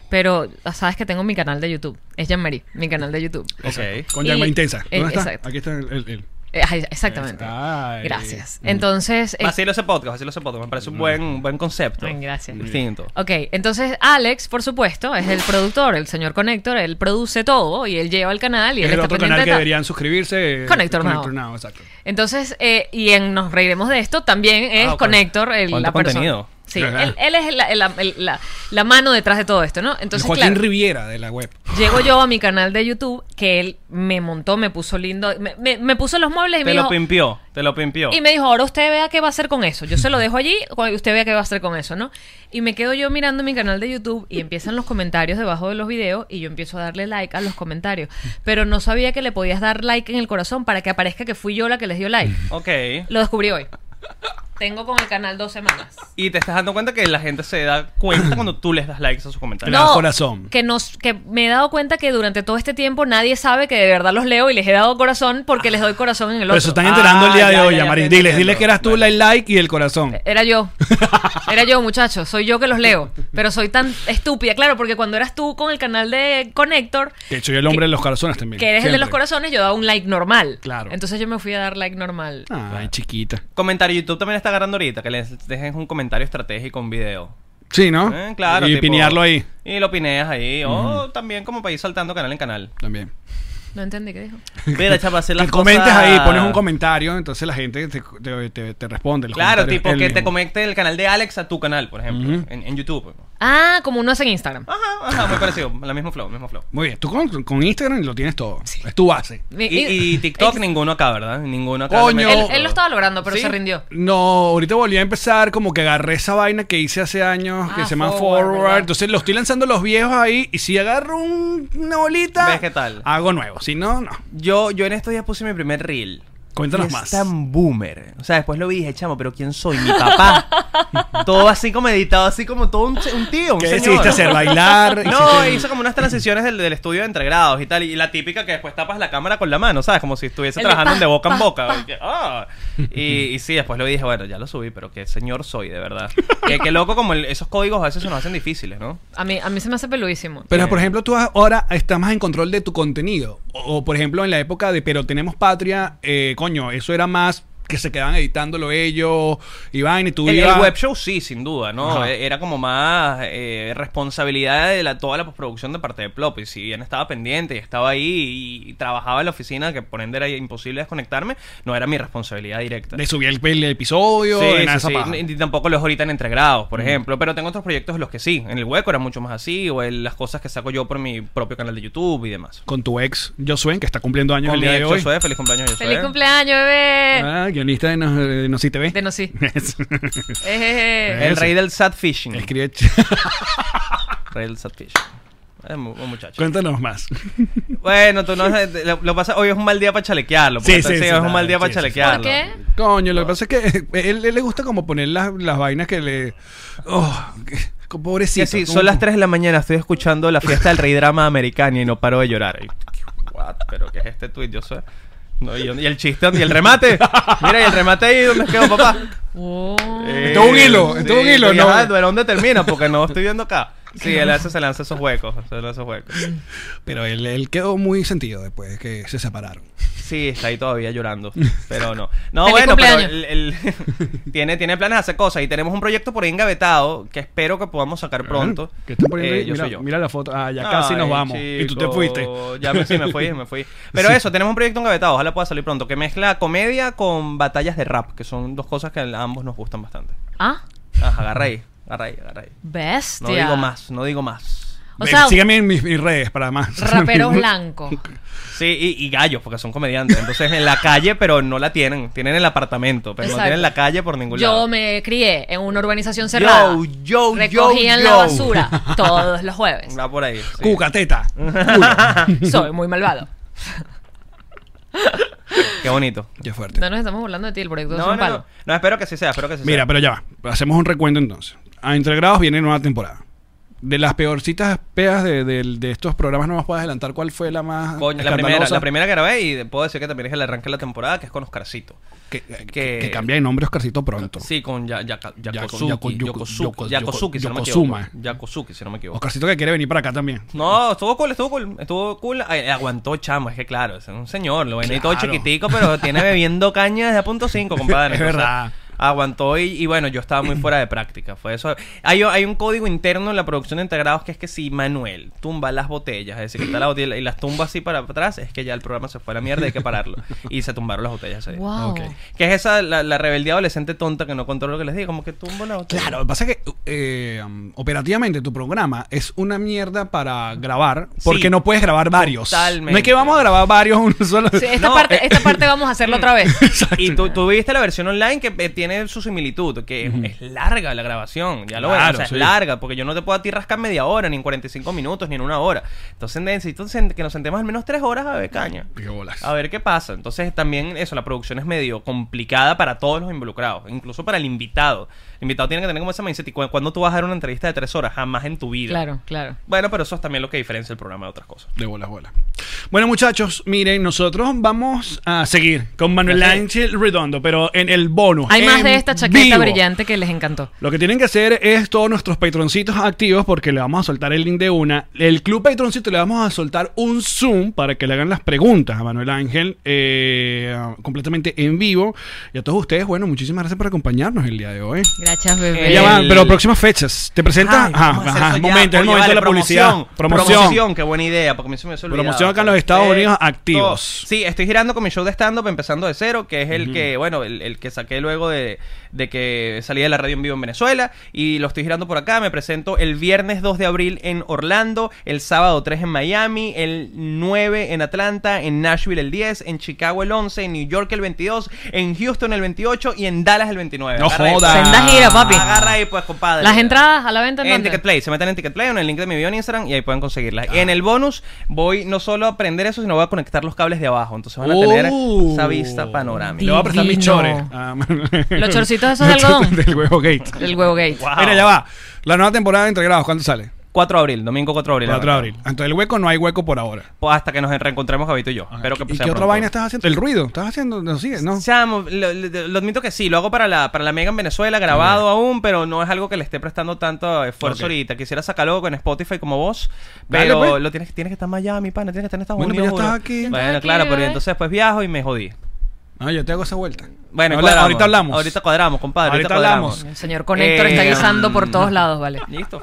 S2: Pero ah, sabes que tengo mi canal de YouTube. Es Jean-Marie, mi canal de YouTube.
S4: Ok.
S3: Con llama
S2: Y-
S3: intensa.
S2: eh,
S3: ¿Dónde está?
S2: exacto.
S3: Aquí está el. el- el-
S2: Eh, ay, exactamente.
S3: Ay.
S2: Gracias.
S3: Mm.
S2: Entonces. eh,
S4: Así lo hace podcast, así lo hace podcast. Me parece un buen, un buen concepto.
S2: Ay, gracias.
S4: Distinto.
S2: Ok, entonces Alex, por supuesto, es el productor, el señor Connector, él produce todo y él lleva el canal y
S3: Es
S2: él
S3: el
S2: está
S3: otro
S2: pendiente
S3: canal que
S2: de ta-
S3: deberían suscribirse. eh,
S2: Connector Now.
S3: Now, exacto.
S2: Entonces, eh, y en Nos Reiremos de esto, también es
S4: Ah, ok.
S2: Connector, el,
S4: ¿Cuánto
S2: la persona.
S4: contenido?
S2: Sí,
S3: Ajá.
S2: él, él es la, el- el- la- la mano detrás de todo esto, ¿no?
S3: El
S2: Entonces,
S3: Joaquín
S2: claro,
S3: Riviera de la web.
S2: llego yo a mi canal de YouTube, que él me montó, me puso lindo, me, me- me puso los muebles y me
S4: Te lo
S2: dijo...
S4: pimpió, te lo pimpió.
S2: Y me dijo, ahora usted vea qué va a hacer con eso. Yo se lo dejo allí, cu- usted vea qué va a hacer con eso, ¿no? Y me quedo yo mirando mi canal de YouTube y empiezan los comentarios debajo de los videos y yo empiezo a darle like a los comentarios. Pero no sabía que le podías dar like en el corazón para que aparezca que fui yo la que les dio like.
S4: Ok.
S2: Lo descubrí hoy. Tengo con el canal dos semanas.
S4: Y te estás dando cuenta que la gente se da cuenta cuando tú les das likes a sus comentarios.
S3: No. corazón.
S2: Que, nos, que me he dado cuenta que durante todo este tiempo nadie sabe que de verdad los leo y les he dado corazón porque les doy corazón en el
S3: Pero se
S2: otro.
S3: están enterando el día
S4: Ah,
S3: de
S4: ya,
S3: hoy,
S4: ya, ya,
S3: Amarín.
S4: ya
S3: Diles,
S4: entiendo.
S3: diles que eras tú la el like y el corazón.
S2: Era yo. Era yo, muchachos. Soy yo que los leo. Pero soy tan estúpida. Claro, porque cuando eras tú con el canal de Connector,
S3: De hecho, yo el hombre de los corazones también.
S2: que eres el de
S3: siempre.
S2: los corazones, yo daba un like normal.
S3: Claro.
S2: Entonces yo me fui a dar like normal.
S4: Ah.
S3: Ay, chiquita.
S4: Comentario YouTube también está agarrando ahorita, que les dejes un comentario estratégico, un video.
S3: Sí, ¿no?
S4: Eh, claro.
S3: Ah. Y
S4: tipo-
S3: pinearlo ahí
S4: Y lo pineas ahí. O también como país saltando canal en canal.
S3: también.
S2: No entendí qué dijo.
S4: Mira, chapa, hacer las
S3: Que comentes
S4: cosas-
S3: ahí, pones un comentario, entonces la gente te, te- te- te responde. los
S4: Claro,
S3: comentarios
S4: tipo
S3: él
S4: que te
S3: mismo.
S4: conecte el canal de Alex a tu canal, por ejemplo, en, en YouTube.
S2: Ah, como uno hace en Instagram.
S4: Ajá, ajá, muy parecido. La mismo flow, mismo flow.
S3: Muy bien, tú con, con Instagram lo tienes todo. Es tu base.
S2: Mi-
S4: Y, y TikTok,
S2: ex-
S4: ninguno acá, ¿verdad? Ninguno acá.
S3: Coño.
S2: Él, él lo estaba logrando, pero
S4: Sí.
S2: se rindió.
S3: No, ahorita volví a empezar como que agarré esa vaina que hice hace años que
S2: Ah,
S3: se llama
S2: forward,
S3: Forward.
S2: ¿verdad?
S3: Entonces lo estoy lanzando los viejos ahí y si agarro un- una bolita,
S4: ¿Ves qué tal?
S3: hago nuevo. Si no, no.
S4: Yo, yo en estos días puse mi primer reel.
S3: Cuéntanos
S4: Y es
S3: más.
S4: tan boomer. O sea, después lo vi y dije, chamo, pero ¿quién soy? Mi papá. todo así como editado, así como todo un, un tío, un
S3: ¿Qué
S4: señor.
S3: decidiste hacer? ¿Bailar?
S4: No,
S3: Hiciste-
S4: hizo como unas transiciones del, del estudio de entregrados y tal. Y la típica que después tapas la cámara con la mano, ¿sabes? Como si estuviese
S2: El de
S4: trabajando
S2: pa,
S4: en de boca en
S2: pa,
S4: boca.
S2: pa.
S4: Y que, ah. Y, y sí, después lo dije, bueno, ya lo subí, pero qué señor soy, de verdad. qué, qué loco como el- esos códigos a veces se nos hacen difíciles, ¿no?
S2: A mí, a mí se me hace peludísimo.
S3: Pero, por ejemplo, tú ahora estás más en control de tu contenido. O, o, por ejemplo, en la época de Pero Tenemos Patria, eh, coño, eso era más que se quedaban editándolo ellos, Iván y tú
S4: El, el
S3: ibas-
S4: web show sí, sin duda, ¿no?
S3: Ajá.
S4: E- Era como más eh, responsabilidad de la, toda la postproducción de parte de Plop. Y si bien estaba pendiente y estaba ahí y, y trabajaba en la oficina, que por ende era imposible desconectarme, no era mi responsabilidad directa.
S3: de subir el, el episodio,
S4: Sí,
S3: de
S4: sí,
S3: nada de esa
S4: sí.
S3: paja. Mm.
S4: Ni- ni tampoco los ahorita en entregrados, por ejemplo. Pero tengo otros proyectos en los que sí. En el hueco era mucho más así, o en las cosas que saco yo por mi propio canal de YouTube y demás.
S3: Con tu ex Josué, que está cumpliendo años
S4: Con
S3: el
S4: mi
S3: día de
S4: ex
S3: hoy.
S4: Josué, feliz cumpleaños, Josué.
S2: ¡Feliz cumpleaños,
S4: Eh.
S2: bebé!
S3: Ah, guionista de No, de No Sí TV.
S2: De no sí.
S3: Es-
S2: Eh,
S4: El rey del sad fishing.
S3: Escribe.
S4: Rey del sad fishing. Es mu- un muchacho.
S3: Cuéntanos más.
S4: Bueno, tú no lo, lo pasa, hoy es un mal día para chalequearlo.
S3: Sí,
S4: porque
S3: sí,
S4: sí,
S3: sí,
S4: es un
S3: claro,
S4: mal día
S3: sí,
S4: para
S3: sí, sí.
S4: chalequearlo.
S2: ¿Por qué?
S3: Coño, lo que pasa es que él, él le gusta como poner las, las vainas que le. Oh, que- pobrecito.
S4: Que sí,
S3: como-
S4: son las 3 de la mañana, estoy escuchando la fiesta del rey drama americano y no paro de llorar. Y, what? ¿Pero qué es este tweet? Yo soy... No, y, y el chiste, y el remate. Mira, y el remate ahí, ¿dónde quedó, papá?
S2: oh.
S4: Eh,
S3: todo un hilo, en todo un hilo,
S4: y
S3: ¿no?
S4: ajá, ¿de ¿Dónde termina? Porque no estoy viendo acá. Sí, él hace, se lanza esos huecos. Se lanza esos huecos.
S3: Pero él, él quedó muy sentido después que se separaron.
S4: Sí, está ahí todavía llorando, pero no. No,
S2: Feliz
S4: bueno, pero
S2: cumpleaños.
S4: el- el- tiene, tiene planes de hacer cosas y tenemos un proyecto por ahí engavetado que espero que podamos sacar pronto.
S3: Ah, Que están poniendo
S4: Eh,
S3: ahí,
S4: yo
S3: mira,
S4: soy yo.
S3: mira la foto. Ah, ya casi nos
S4: Ay,
S3: vamos. y tú te
S4: chico,
S3: fuiste.
S4: Ya me, sí, me fui, me fui. Pero eso, tenemos un proyecto engavetado, ojalá pueda salir pronto, que mezcla comedia con batallas de rap, que son dos cosas que a ambos nos gustan bastante.
S2: Ah,
S4: Ajá, agarra ahí, agarra ahí, agarra ahí.
S2: bestia.
S4: No digo más, no digo más.
S2: O
S3: Ven,
S2: sea,
S3: sígueme en mis, mis redes para más.
S2: rapero blanco.
S4: Sí, y, y gallos, porque son comediantes. Entonces, en la calle, pero no la tienen. Tienen el apartamento, pero no
S2: Exacto.
S4: tienen la calle por ningún lado.
S2: Yo me crié en una urbanización cerrada.
S4: Yo, yo, yo,
S2: Recogían
S4: yo.
S2: la basura todos los jueves.
S4: Va por ahí. sí.
S3: Cucateta.
S2: Soy muy malvado.
S4: Qué bonito.
S3: Qué fuerte.
S2: No nos estamos burlando de ti, el proyecto es
S4: No,
S2: un
S4: no,
S2: palo.
S4: no. No, espero que sí sea, espero que sí
S3: Mira,
S4: sea.
S3: pero ya va. Hacemos un recuento entonces. A Entregrados viene nueva temporada. De las peorcitas peas de, de- de estos programas, no más puedo adelantar cuál fue la más.
S4: Coño, la
S3: escandalosa?
S4: primera, la primera que grabé y puedo decir que también es el arranque de la temporada, que es con Oscarcito.
S3: Que, que-
S4: que-
S3: que cambia de nombre Oscarcito pronto.
S4: Sí, con ya, ya, Yakosuki,
S3: Yako- Yoko- Yoko-
S4: Yokosuki, Yakosuki, si no me equivoco.
S3: Yokosuma.
S4: Yakosuki, si no me equivoco.
S3: Oscarcito que quiere venir para acá también.
S4: No, estuvo cool, estuvo cool, estuvo cool. Ay, aguantó chamo, es que claro, es un señor, lo venía todo
S3: Claro.
S4: chiquitico, pero tiene bebiendo cañas de a punto cinco, compadre.
S3: Es
S4: Entonces,
S3: verdad.
S4: Aguantó y, y bueno, yo estaba muy fuera de práctica. Fue eso. Hay, hay un código interno en la producción de integrados que es que si Manuel tumba las botellas, es decir, que está la botella y las tumba así para atrás, es que ya el programa se fue a la mierda y hay que pararlo. Y se tumbaron las botellas ese día.
S2: Wow.
S3: Ok.
S4: Que es esa, la, la rebeldía adolescente tonta que no controla lo que les digo, como que tumbo la botella.
S3: Claro, lo que pasa es que eh, um, operativamente tu programa es una mierda para grabar porque
S4: Sí.
S3: no puedes grabar varios.
S4: Totalmente.
S3: No es que vamos a grabar varios un solo.
S2: Sí, esta,
S4: No,
S2: parte,
S4: eh.
S2: esta parte vamos a hacerla otra vez.
S4: Y tú, tú viste la versión online que eh, tiene su similitud, que es- es larga la grabación, ya lo ves,
S3: Claro,
S4: o sea,
S3: sí.
S4: es larga, porque yo no te puedo a ti rascar media hora, ni en 45 minutos, ni en una hora. Entonces necesito sen- que nos sentemos al menos tres horas a ver caña.
S3: Qué bolas.
S4: A ver qué pasa. Entonces también eso, la producción es medio complicada para todos los involucrados, incluso para el invitado. El invitado tiene que tener como esa mindset, y cu- cuando tú vas a dar una entrevista de tres horas, jamás en tu vida.
S2: Claro, claro.
S4: Bueno, pero eso es también lo que diferencia el programa de otras cosas.
S3: De bolas, bolas. Bueno, muchachos, miren, nosotros vamos a seguir con Manuel
S4: Así.
S3: Ángel Redondo, pero en el bonus.
S2: Hay más
S3: en
S2: de esta chaqueta
S3: vivo.
S2: brillante que les encantó.
S3: Lo que tienen que hacer es todos nuestros patroncitos activos, porque le vamos a soltar el link de una. El club patroncito le vamos a soltar un Zoom para que le hagan las preguntas a Manuel Ángel eh, completamente en vivo. Y a todos ustedes, bueno, muchísimas gracias por acompañarnos el día de hoy.
S2: Gracias, bebé.
S3: Ya
S4: El-
S3: van, pero próximas fechas. ¿Te presentas?
S4: Ay,
S3: Ajá,
S4: vamos a hacer
S3: ajá,
S4: eso ya.
S3: momento, es el
S4: Oye,
S3: momento de
S4: vale,
S3: la publicidad.
S4: Promoción,
S3: promoción.
S4: qué buena idea, porque a mí se me había olvidado.
S3: Promoción acá en los Estados Unidos,
S4: Perfecto.
S3: activos.
S4: Sí, estoy girando con mi show de stand-up empezando de cero, que es el que, bueno, el, el que saqué luego de, de que salí de la radio en vivo en Venezuela. Y lo estoy girando por acá. Me presento el viernes 2 de abril en Orlando, el sábado 3 en Miami, el 9 en Atlanta, en Nashville el 10, en Chicago el 11, en New York el 22, en Houston el 28 y en Dallas el 29.
S3: No
S4: Agarra ahí,
S3: jodas.
S4: pues.
S2: Senda gira, papi.
S4: Agarra ahí, pues, compadre.
S2: Las entradas a la venta
S4: En
S2: en dónde?
S4: Ticketplay, se meten en Ticketplay o en el link de mi video en Instagram y ahí pueden conseguirlas.
S3: Ah.
S4: Y en el bonus voy no solo a prender eso, sino voy a conectar los cables de abajo. Entonces van a tener
S3: Oh.
S4: esa vista panorámica.
S3: Le voy a prestar mis
S2: Divino.
S3: chores. Ah, Manuel.
S2: Los chorcitos esos de
S3: Los
S2: algodón.
S3: chorcitos Del huevo gate.
S2: El huevo gate.
S4: Wow.
S3: Mira, ya va. La nueva temporada de Entregrados, ¿cuándo sale?
S4: 4 de abril, domingo 4 de abril.
S3: 4 de abril. Entonces el hueco no hay hueco por ahora.
S4: Pues hasta que nos reencontremos, Gabito y yo. Espero que
S3: Ah,
S4: pues
S3: ¿Y qué otra vaina estás haciendo? El ruido. ¿Estás haciendo? ¿No sigue? ¿No?
S4: Chamo, lo, lo- lo admito que sí, lo hago para la, para la Mega en Venezuela, grabado aún, pero no es algo que le esté prestando tanto esfuerzo
S3: Ok.
S4: ahorita. Quisiera sacarlo en Spotify como vos,
S3: Dale,
S4: pero
S3: pues.
S4: lo tienes, que- tienes que estar en Miami, pana, tienes que estar en Estados
S3: Bueno, pero
S4: Unidos.
S3: ya estás
S4: bro.
S3: aquí.
S4: Bueno,
S2: Estás aquí,
S4: claro, pero
S2: bebé.
S4: entonces después viajo y me jodí.
S3: No, yo te hago esa vuelta.
S4: Bueno,
S3: Habla-
S4: cuadramos.
S3: ahorita hablamos.
S4: Ahorita cuadramos, compadre.
S3: Ahorita
S4: Ahorita,
S3: hablamos.
S4: cuadramos.
S2: El señor Conector
S4: Eh,
S2: está guisando por
S4: mm.
S2: todos lados, ¿vale?
S4: Listo.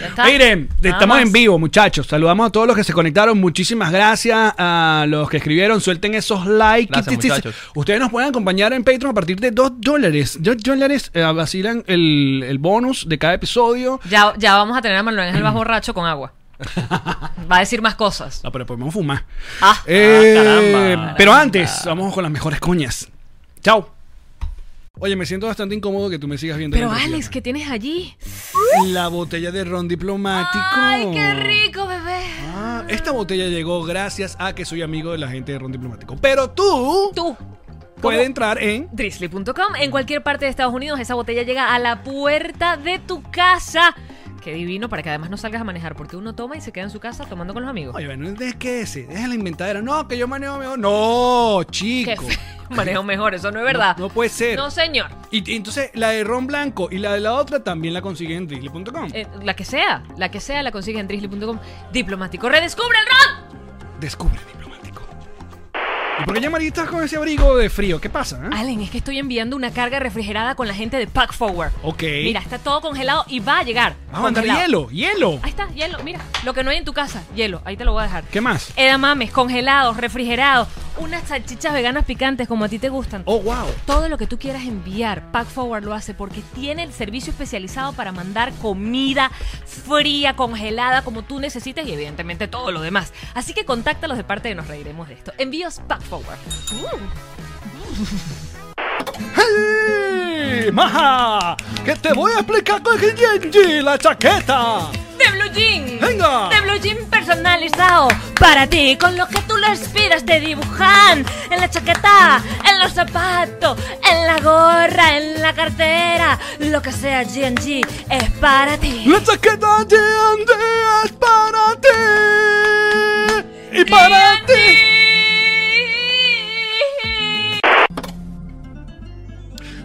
S2: Ya está.
S3: Miren,
S2: Nada
S3: estamos
S2: más.
S3: en vivo, muchachos. Saludamos a todos los que se conectaron. Muchísimas gracias a los que escribieron. Suelten esos likes.
S4: Gracias,
S3: Tis, tis, tis.
S4: muchachos.
S3: Ustedes nos pueden acompañar en Patreon a partir de 2 dólares. 2 dólares eh, vacilan el, el bonus de cada episodio.
S2: Ya, ya vamos a tener a Manuel Ángel más borracho con agua. Va a decir más cosas.
S3: Ah, pero podemos fumar.
S2: Ah.
S3: Eh,
S4: caramba.
S3: Pero antes, vamos con las mejores cuñas. Chao. Oye, me siento bastante incómodo que tú me sigas viendo.
S5: Pero
S3: la impresión.
S5: Alex, ¿qué tienes allí?
S3: La botella de ron diplomático.
S5: ¡Ay, qué rico, bebé!
S3: Ah, esta botella llegó gracias a que soy amigo de la gente de Ron Diplomático. Pero tú,
S2: Tú,
S3: puedes entrar en.
S2: drizzly.com, en cualquier parte de Estados Unidos, esa botella llega a la puerta de tu casa. Qué divino, para que además no salgas a manejar, porque uno toma y se queda en su casa tomando con los amigos.
S3: Oye, bueno, ¿de qué es? Es la inventadera. No, que yo manejo mejor. No,
S2: Qué
S3: chico.
S2: feo. Manejo mejor, eso no es verdad.
S3: No, no puede ser.
S2: No, señor.
S3: Y, y entonces la de Ron Blanco y la de la otra también la consiguen en drizzly.com.
S2: Eh, la que sea, la que sea, la consigues en drizzly.com. Diplomático, redescubre el rock.
S3: Descubre Diplomático. ¿Y por qué ya María estás con ese abrigo de frío? ¿Qué pasa? eh?
S2: Allen, es que estoy enviando una carga refrigerada con la gente de Pack Forward.
S3: Ok.
S2: Mira, está todo congelado y va a llegar.
S5: Ah,
S3: Vamos a mandar
S2: Congelado.
S3: hielo, hielo.
S2: Ahí está, hielo. Mira, lo que no hay en tu casa, hielo. Ahí te lo voy a dejar.
S3: ¿Qué más?
S2: Edamames, congelados, refrigerados, unas salchichas veganas picantes como a ti te gustan.
S3: Oh, wow.
S2: Todo lo que tú quieras enviar, Pack Forward lo hace porque tiene el servicio especializado para mandar comida fría, congelada, como tú necesites y evidentemente todo lo demás. Así que contáctalos de parte de Nos Reiremos de esto. Envíos Pack Forward.
S3: ¡Hey! ¡Maja! ¡Que te voy a explicar con el Genji la chaqueta!
S2: De Blue Jean.
S3: Venga.
S2: De Blue Jean personalizado para ti, con lo que tú lo inspiras te dibujan en la chaqueta, en los zapatos, en la gorra, en la cartera, lo que sea G&G es para ti.
S3: ¡La chaqueta Genji es para ti! ¡Y para ti!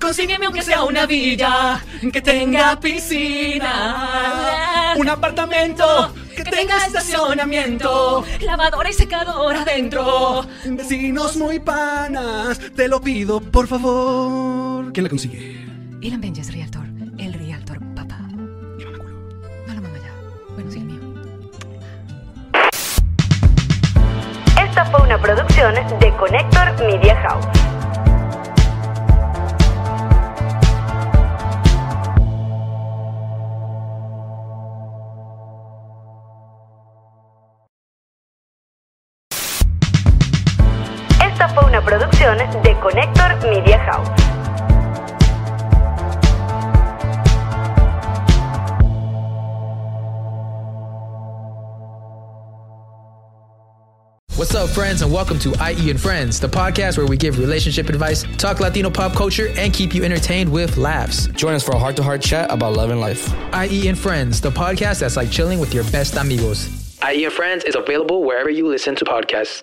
S3: consígueme aunque sea una villa que tenga piscina, un apartamento que tenga estacionamiento,
S2: lavadora y secadora adentro.
S3: vecinos muy panas, te lo pido por favor. ¿Quién la consigue?
S2: Ilan Benjes, realtor. El realtor, papá. No la mamá ya. Bueno, sí, el mío.
S1: Esta fue una producción de Connector Media House. Esta fue una producción de Connector Media House.
S6: What's up, friends, and welcome to IE and Friends, the podcast where we give relationship advice, talk Latino pop culture, and keep you entertained with laughs.
S7: Join us for a heart to heart chat about love and life.
S6: IE and Friends, the podcast that's like chilling with your best amigos.
S7: IE E and Friends is available wherever you listen to podcasts.